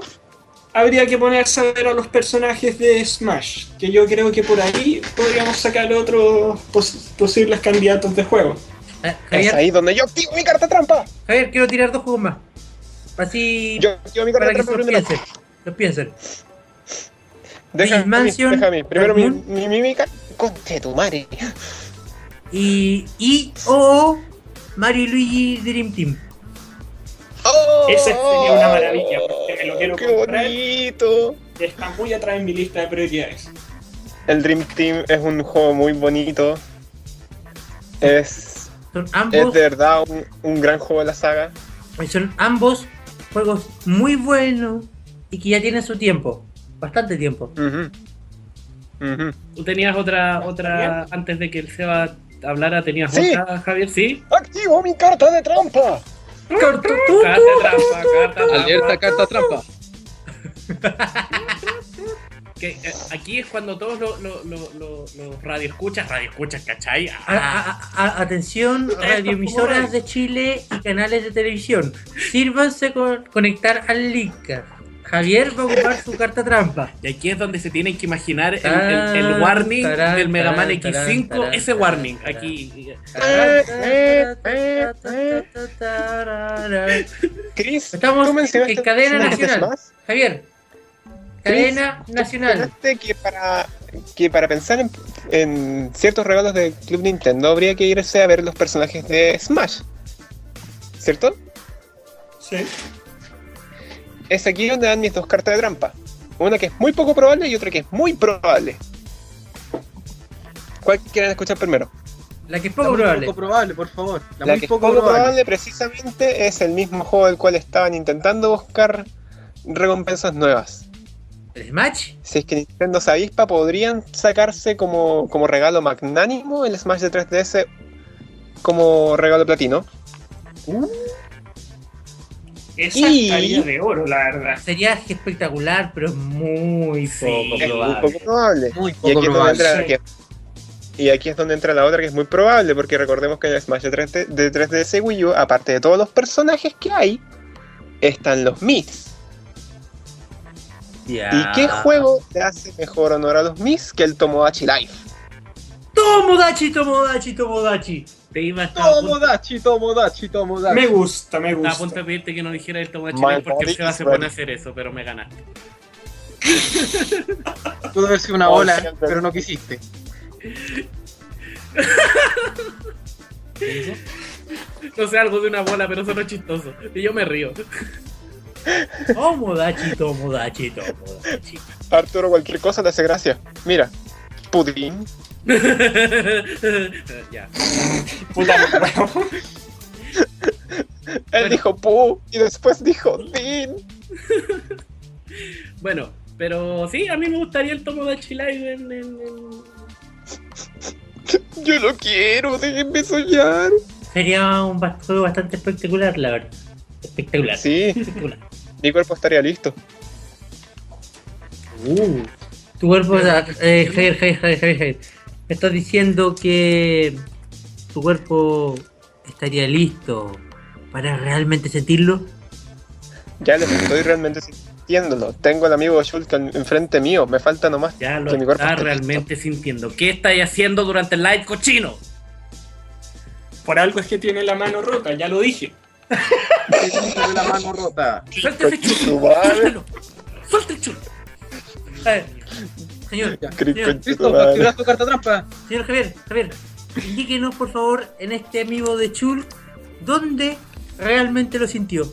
E: habría que ponerse a ver a los personajes de Smash, que yo creo que por ahí podríamos sacar otros pos- posibles candidatos de juego.
A: Ah,
C: Es
A: Javier,
C: ahí donde yo activo mi carta trampa.
A: Javier, quiero tirar dos juegos más. Así
C: Yo activo mi carta
A: para que
C: trampa
A: se los
C: primero.
A: piensen. Los piensen.
C: Deja
A: Miss
C: a mí,
A: Mansion,
C: deja a mí. Primero mi,
A: Dark
C: mi, mi, mi carta. Conche tu madre.
A: Y. Y. O. Mario y Luigi Dream Team.
C: Oh,
E: Esa sería una maravilla, porque me lo quiero
C: qué
E: comprar.
C: bonito.
E: que Está muy atrás en mi lista de prioridades.
C: El Dream Team es un juego muy bonito. Es,
A: Son
C: es
A: ambos. eh,
C: de verdad un, un gran juego de la saga.
A: Son ambos juegos muy buenos y que ya tienen su tiempo. Bastante tiempo.
C: Ujú. Ujú.
B: Tú tenías otra, otra, antes de que el Seba hablara, tenías
C: Sí.
B: otra, Javier, sí.
C: ¡Activo mi carta de trampa!
A: Corto, tú, tú,
B: Carta trampa, carta trampa.
D: Alerta carta trampa.
B: Que, eh, aquí es cuando todos los lo, lo, lo- los radioescuchas, radioescuchas, ¿cachai?
A: A-
B: Ah,
A: a- a- atención, radioemisoras de Chile y canales de televisión. Sírvanse con conectar al Linkcast. Javier va a ocupar su carta trampa.
B: Y aquí es donde se tienen que imaginar el, el- el warning
A: Tarán,
B: del Mega Man
A: tarán, tarán,
B: X5,
A: tarán,
B: ese
A: tarán,
B: warning.
A: tarán.
B: Aquí. eh,
C: Chris,
A: Estamos
C: tú mencionaste
A: en cadena
C: mencionaste
A: nacional.
C: Smash.
A: Javier, cadena nacional.
C: Mencionaste que para, que para pensar en, en ciertos regalos de Club Nintendo habría que irse a ver los personajes de Smash. ¿Cierto?
E: Sí.
C: Es aquí donde dan mis dos cartas de trampa. Una que es muy poco probable y otra que es muy probable. ¿Cuál quieren escuchar primero?
A: La que es
D: La
A: poco
D: muy
A: probable.
D: poco probable, por favor. La,
C: La
D: muy
C: que es
D: poco,
C: poco probable.
D: probable.
C: precisamente es el mismo juego del cual estaban intentando buscar recompensas nuevas.
A: ¿El Smash?
C: Si es que Nintendo se avispa, podrían sacarse como, como regalo magnánimo el Smash de 3DS como regalo platino.
B: Esa
C: Y-
B: estaría de oro, la verdad.
A: Sería espectacular, pero es muy poco
B: es
C: Muy
A: probable.
C: poco probable.
D: Muy
C: Y
D: poco
C: aquí, es donde
D: probable.
C: entra, que- y aquí es donde entra la otra que es muy probable, porque recordemos que en el Smash de 3D, de 3DS Wii U, aparte de todos los personajes que hay, están los Mis.
A: Ya.
C: ¿Y qué juego le hace mejor honor a los Mis que el Tomodachi Life?
A: Tomodachi, Tomodachi, Tomodachi. Te iba a estar a punto-
D: Tomodachi, Tomodachi, Tomodachi.
E: Me gusta, me
B: Estaba a punto
E: gusta.
B: de pedirte que no dijera el tomate
C: My
B: porque
C: body
B: se va a
C: is
B: hacer bueno
C: ready.
B: hacer eso, pero me ganaste.
D: Pudo haber sido una
C: Oh,
D: bola,
C: siempre.
D: pero no quisiste.
B: No sé, algo de una bola, pero eso no es chistoso. Y yo me río.
A: Tomodachi, Tomodachi, Tomodachi.
C: Arturo, cualquier cosa le hace gracia. Mira, Pudín.
B: ya.
E: Puta, bueno.
C: Él dijo Pu y después dijo Din.
B: Bueno, pero sí, a mí me gustaría el tomo de Live en, en- en-
C: Yo lo quiero, déjenme soñar.
A: Sería un bast- juego bastante espectacular, la verdad. Espectacular.
C: Sí,
A: espectacular.
C: mi cuerpo estaría listo.
A: Tu cuerpo. Eh, Javier, Javier, Javier, Javier, Javier. Me estás diciendo que tu cuerpo estaría listo para realmente sentirlo.
C: Ya les estoy realmente sintiéndolo. Tengo al amigo Shulk en- enfrente mío. Me falta nomás
B: Ya lo
C: que mi cuerpo
B: está
C: esté
B: realmente sintiendo. ¿Qué estáis haciendo durante el live, cochino?
E: Por algo es que tiene la mano rota, ya lo dije.
D: Tengo la mano rota.
B: Suelta ese chulo.
C: Tu madre.
B: Suelta el chulo.
A: A ver, señor,
D: Ya,
C: Cristo, tu
D: Listo,
C: madre.
D: capturas tu carta trampa.
A: señor Javier, Javier, indíquenos por favor en este amigo de Chul dónde realmente lo sintió.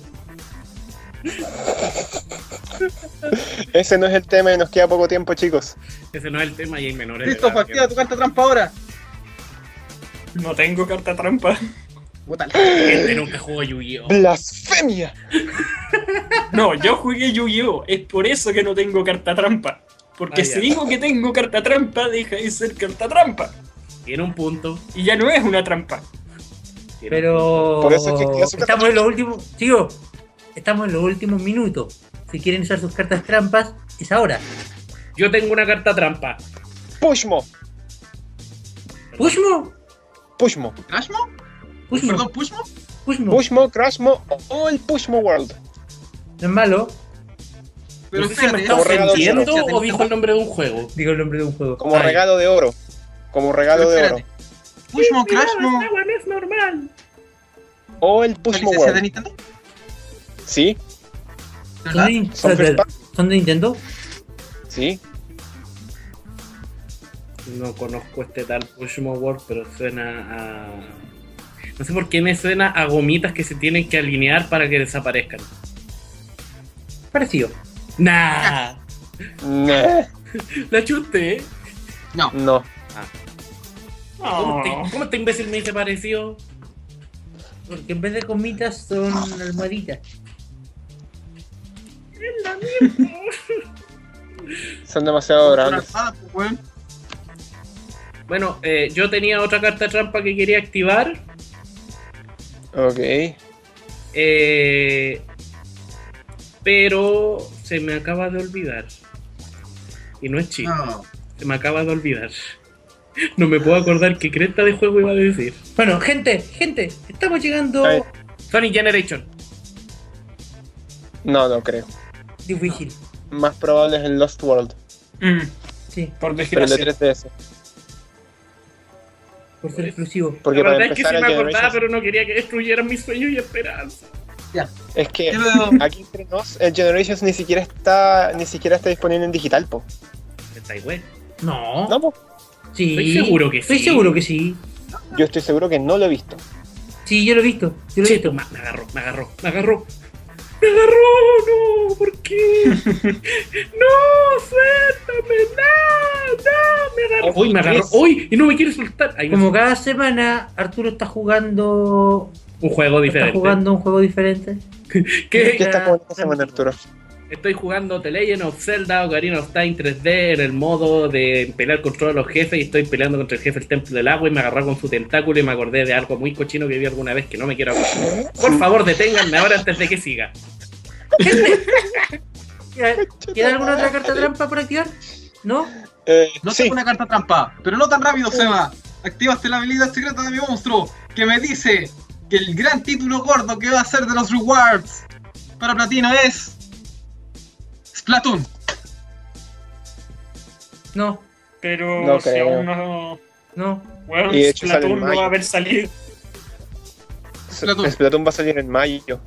C: Ese no es el tema y nos queda poco tiempo, chicos.
B: Ese no es el tema y hay menores. de
D: Listo,
B: edad,
D: activa tu carta trampa ahora.
E: No tengo carta trampa.
D: Bótala.
B: que Gente nunca jugó Yu-Gi-Oh!
C: ¡Blasfemia!
E: No, yo jugué Yu-Gi-Oh! Es por eso que no tengo carta trampa. Porque
B: Ah,
E: si
B: ya.
E: digo que tengo carta trampa, deja de ser carta trampa.
B: Tiene un punto.
E: Y ya no es una trampa.
B: tiene un
A: Pero
C: Por eso es que queda su carta
A: estamos en los últimos, chicos, estamos en los últimos minutos. Si quieren usar sus cartas trampas, es ahora.
B: punto. Yo tengo una carta trampa.
C: ¡Pushmo!
A: Pushmo,
C: Pushmo.
D: ¿Crashmo?
A: Pushmo,
D: ¿Perdón, Pushmo?
A: Pushmo.
C: Pushmo, Crashmo o el Pushmo World.
A: No es malo,
D: Pero
B: no sé si me
D: espérate,
B: está
C: como regalo
B: ofendiendo
D: de-
B: o dijo el nombre de un juego.
A: digo el nombre de un juego.
C: Como
B: Ay.
C: regalo de oro. Como regalo
D: pero
C: de oro.
D: espérate. Pushmo, Crashmo.
B: es normal.
C: O el
D: ¿La
C: Pushmo
D: licencia de
C: World.
D: Nintendo?
C: Sí,
D: ¿De
A: ¿Son
D: verdad?
A: de, Nin-
C: son first party.
A: son de Nintendo?
C: Sí.
B: No conozco este tal Pushmo World, pero suena a. No sé por qué me suena a gomitas que se tienen que alinear para que desaparezcan.
A: Parecido.
B: Nah,
C: Nah,
B: la chute, ¿eh?
C: no.
B: ¿Cómo, este, cómo este imbécil me dice parecido?
A: Porque en vez de comitas son almohaditas.
C: Son demasiado grandes.
D: Trampada, pues, weón.
B: Bueno, eh, yo tenía otra carta trampa que quería activar.
C: Ok.
B: eh, pero se me acaba de olvidar. Y no es chiste.
D: No.
B: Se me acaba de olvidar. No me puedo acordar qué creta de juego iba a decir.
A: Bueno, gente, gente, estamos llegando
C: Ay.
B: Sonic Generation.
C: No, no creo.
A: difícil.
C: Más probable es el Lost World.
E: Mm,
A: Sí,
E: por
C: Pero el E de 3DS.
E: desgracia.
A: por ser exclusivo.
C: Porque
B: la
C: para
B: verdad es que
C: empezar
B: sí
C: el
B: me acordaba,
C: Generations.
B: pero no quería que destruyeran mis sueños y esperanza.
C: Es que
D: Yo veo-
C: aquí entre nos, el Generations ni siquiera está ni siquiera está disponible en digital, po.
B: Está ahí, güey.
A: No,
C: No, po.
A: sí.
B: Estoy seguro que
A: Estoy
B: sí.
A: seguro que sí.
C: Yo estoy seguro que no lo he visto.
A: Sí, yo lo he visto. Yo lo he
B: Che,
A: visto.
B: toma, me agarró, me agarró, me agarró. ¡Me agarró! ¡No! ¿Por qué? ¡No! ¡Suéltame! ¡No! ¡No! ¡Me agarró! ¡Uy! ¡Me agarró! ¡Uy! ¡Y no me quiere soltar! Ahí me
A: Como
B: soltó.
A: cada semana Arturo está jugando
B: un juego
A: está
B: diferente.
A: jugando un juego diferente.
B: ¿Qué?
C: ¿Qué estás jugando esta semana, Arturo?
B: Estoy jugando The Legend of Zelda Ocarina of Time 3D en el modo de pelear contra los jefes y estoy peleando contra el jefe del Templo del Agua y me agarró con su tentáculo y me acordé de algo muy cochino que vi alguna vez que no me quiero acordar. Por favor, deténganme ahora antes de que siga.
A: ¿Tiene alguna otra carta trampa por activar? ¿No?
C: Eh,
D: No
C: sí,
D: tengo una carta trampa, pero no tan rápido, Seba. Activaste la habilidad secreta de mi monstruo, que me dice que el gran título gordo que va a ser de los rewards para platino es. Splatoon.
A: No,
E: Pero
C: No
E: si
C: creo.
E: aún no.
A: no.
E: Bueno,
C: Y de hecho sale en
E: Splatoon no
C: mayo.
E: va a haber salido.
D: Splatoon.
C: Splatoon va a salir en mayo.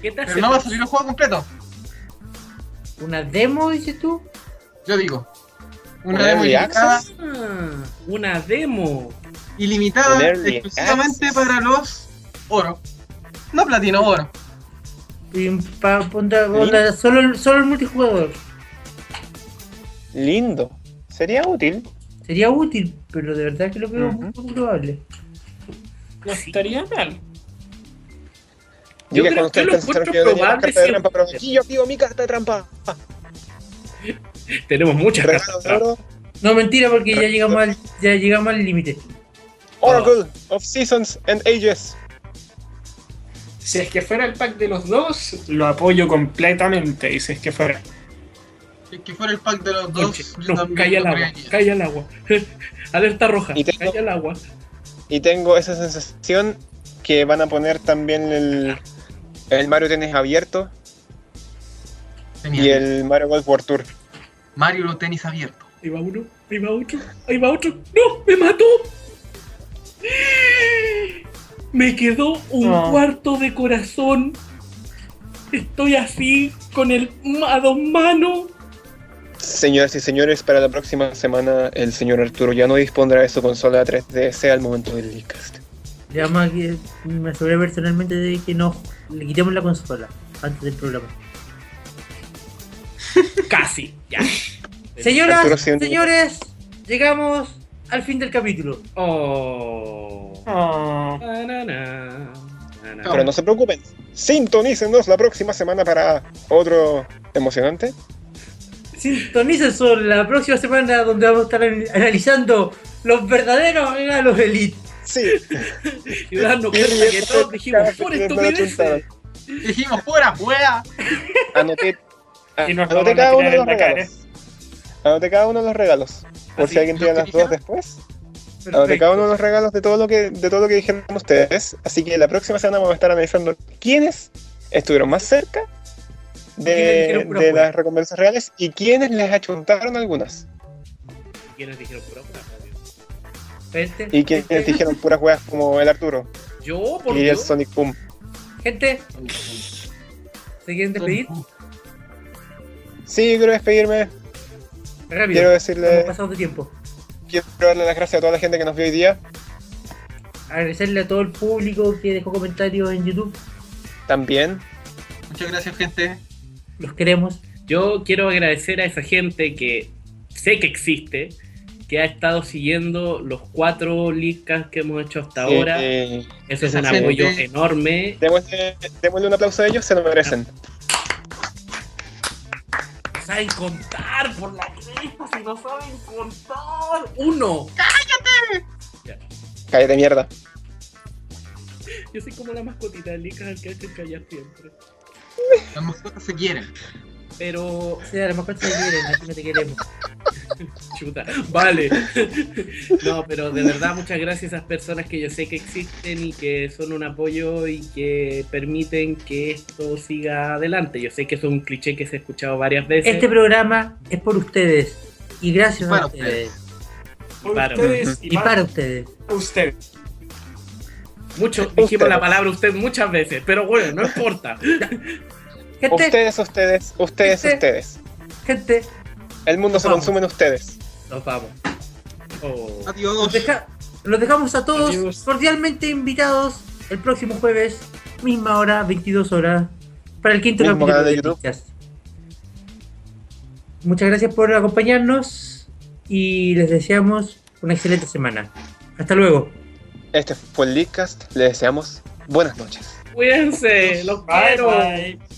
B: ¿Qué te hace?
D: Pero no va a salir el juego completo,
A: ¿Una demo dices tú?
D: yo digo. Una
C: ¿Un
D: demo
C: early
D: ilimitada,
C: access?
B: Ah, una demo.
D: ilimitada
C: ¿Un early
D: exclusivamente
C: access?
D: para los oro. No platino, oro.
A: Y pa- ponte- ponte- solo, solo el multijugador.
C: Lindo. Sería útil.
A: Sería útil, pero de verdad que lo veo
C: Ujú.
A: muy poco probable.
E: No estaría mal.
B: Yo creo-
C: cuando ustedes
B: yo lo
C: pensaron
B: encuentro
C: que yo tenía
B: probable
C: carta de
B: siempre.
C: trampa, pero aquí yo activo mi carta de trampa. Ah,
B: Tenemos muchas
C: Regalo
B: cartas.
C: de oro.
A: No, mentira, porque ya llegamos al ya llegamos al límite.
C: Oracle of Seasons and Ages.
E: Si es que fuera el pack de los dos, lo apoyo completamente. Y si es que fuera.
D: Es que fuera el pack de los
B: Conche,
D: dos, yo
B: No,
D: también
B: calla el
D: lo
B: agua,
D: creería.
B: calla el agua. Alerta roja,
C: Y tengo-
B: calla el agua.
C: Y tengo esa sensación que van a poner también el, el Mario Tennis abierto
D: Tenía
C: y el Mario Golf World Tour.
D: Mario los tenis abierto.
B: Ahí va uno, ahí va otro, ahí va otro. ¡No! ¡Me mató! Me quedó un
E: No.
B: cuarto de corazón. Estoy así con el a dos manos.
C: Señoras y señores, para la próxima semana el señor Arturo ya no dispondrá de su consola 3DS al momento del leakcast.
A: Le vamos a que- me aseguré personalmente de que no le quitemos la consola antes del programa.
B: Casi, ya.
C: Arturo,
A: Señoras,
C: sí, un-
A: señores, llegamos al fin del capítulo.
B: Oh.
E: Oh,
B: Na, na, na, na, na.
C: Pero no se preocupen, sintonícenos la próxima semana para otro emocionante.
A: Sintonicen sobre la próxima semana donde vamos a estar an- analizando los verdaderos regalos Elite.
C: Sí,
B: Y darnos cuenta que todos dijimos, por estupideces.
D: Dijimos, fuera, fuera.
C: Anoté, a-
E: Y nos lo
C: anoté
E: van a
C: cada uno
E: tirar
C: de
E: en
C: los
E: la cara.
C: regalos. Anoté cada uno de los regalos. Por
B: Así,
C: si alguien
D: ¿lo
C: tiene
D: que
C: las dos
D: dijeron?
C: después. Anoté cada uno de los regalos de todo lo que, de todo lo que dijeron ustedes. Así que la próxima semana vamos a estar analizando quiénes estuvieron más cerca
A: ¿Quiénes
C: de,
A: dijeron pura
C: de
A: hueá?
C: las recompensas reales y quiénes les achuntaron algunas.
B: ¿Quiénes dijeron pura hueá?
A: Gente,
C: Y quienes
A: gente,
C: dijeron puras weas como el Arturo
B: Yo, por
C: y el
B: Dios.
C: Sonic Boom.
A: gente, ¿se quieren despedir?
C: Sí, quiero despedirme. Quiero
A: Rápido, hemos
C: decirle,
A: pasado de tiempo.
C: quiero darle las gracias a toda la gente que nos vio hoy día.
A: Agradecerle a todo el público que dejó comentarios en YouTube.
C: También.
D: Muchas gracias, gente.
A: Los queremos.
B: Yo quiero agradecer a esa gente que sé que existe, que ha estado siguiendo los cuatro leakcast que hemos hecho hasta ahora.
C: Eh,
B: Eso es
D: esa
B: un
D: gente-
B: apoyo enorme.
C: démosle, démosle un aplauso a ellos, se lo merecen.
A: Ah.
B: Saben contar por la cresta, si no saben contar. Uno.
C: Cállate mierda.
B: Yo soy como la mascotita del leakcast al que hacen callar siempre.
D: Las mascotas se quieren.
B: Pero,
A: Sí, a lo mejor se quieren, a ti no te queremos.
B: chuta, vale. No, pero de verdad muchas gracias a esas personas que yo sé que existen y que son un apoyo y que permiten que esto siga adelante. Yo sé que eso es un cliché que se ha escuchado varias veces.
A: Este programa es por ustedes. Y gracias
D: Para
A: a ustedes.
E: por
B: Para.
E: ustedes y,
A: Y para ustedes.
E: ustedes.
B: Mucho,
C: Ustedes.
B: dijimos la palabra usted muchas veces, pero bueno, no importa.
A: Gente,
C: Ustedes, ustedes, ustedes,
A: Este-
C: ustedes.
A: gente,
C: El mundo se
A: Vamos.
C: consume en ustedes.
B: Nos vamos. Oh.
A: los,
D: Adiós.
A: deja- los dejamos a todos
E: Adiós.
A: cordialmente invitados el próximo jueves, misma hora, 22 horas. para el quinto capítulo
C: Mismo canal de
A: de
C: YouTube.
A: Lichas. Muchas gracias por acompañarnos y les deseamos una excelente semana. Hasta luego.
C: Este fue el Leadcast. Les deseamos buenas noches.
B: Cuídense, los
E: Bye,
B: quiero.
E: bye.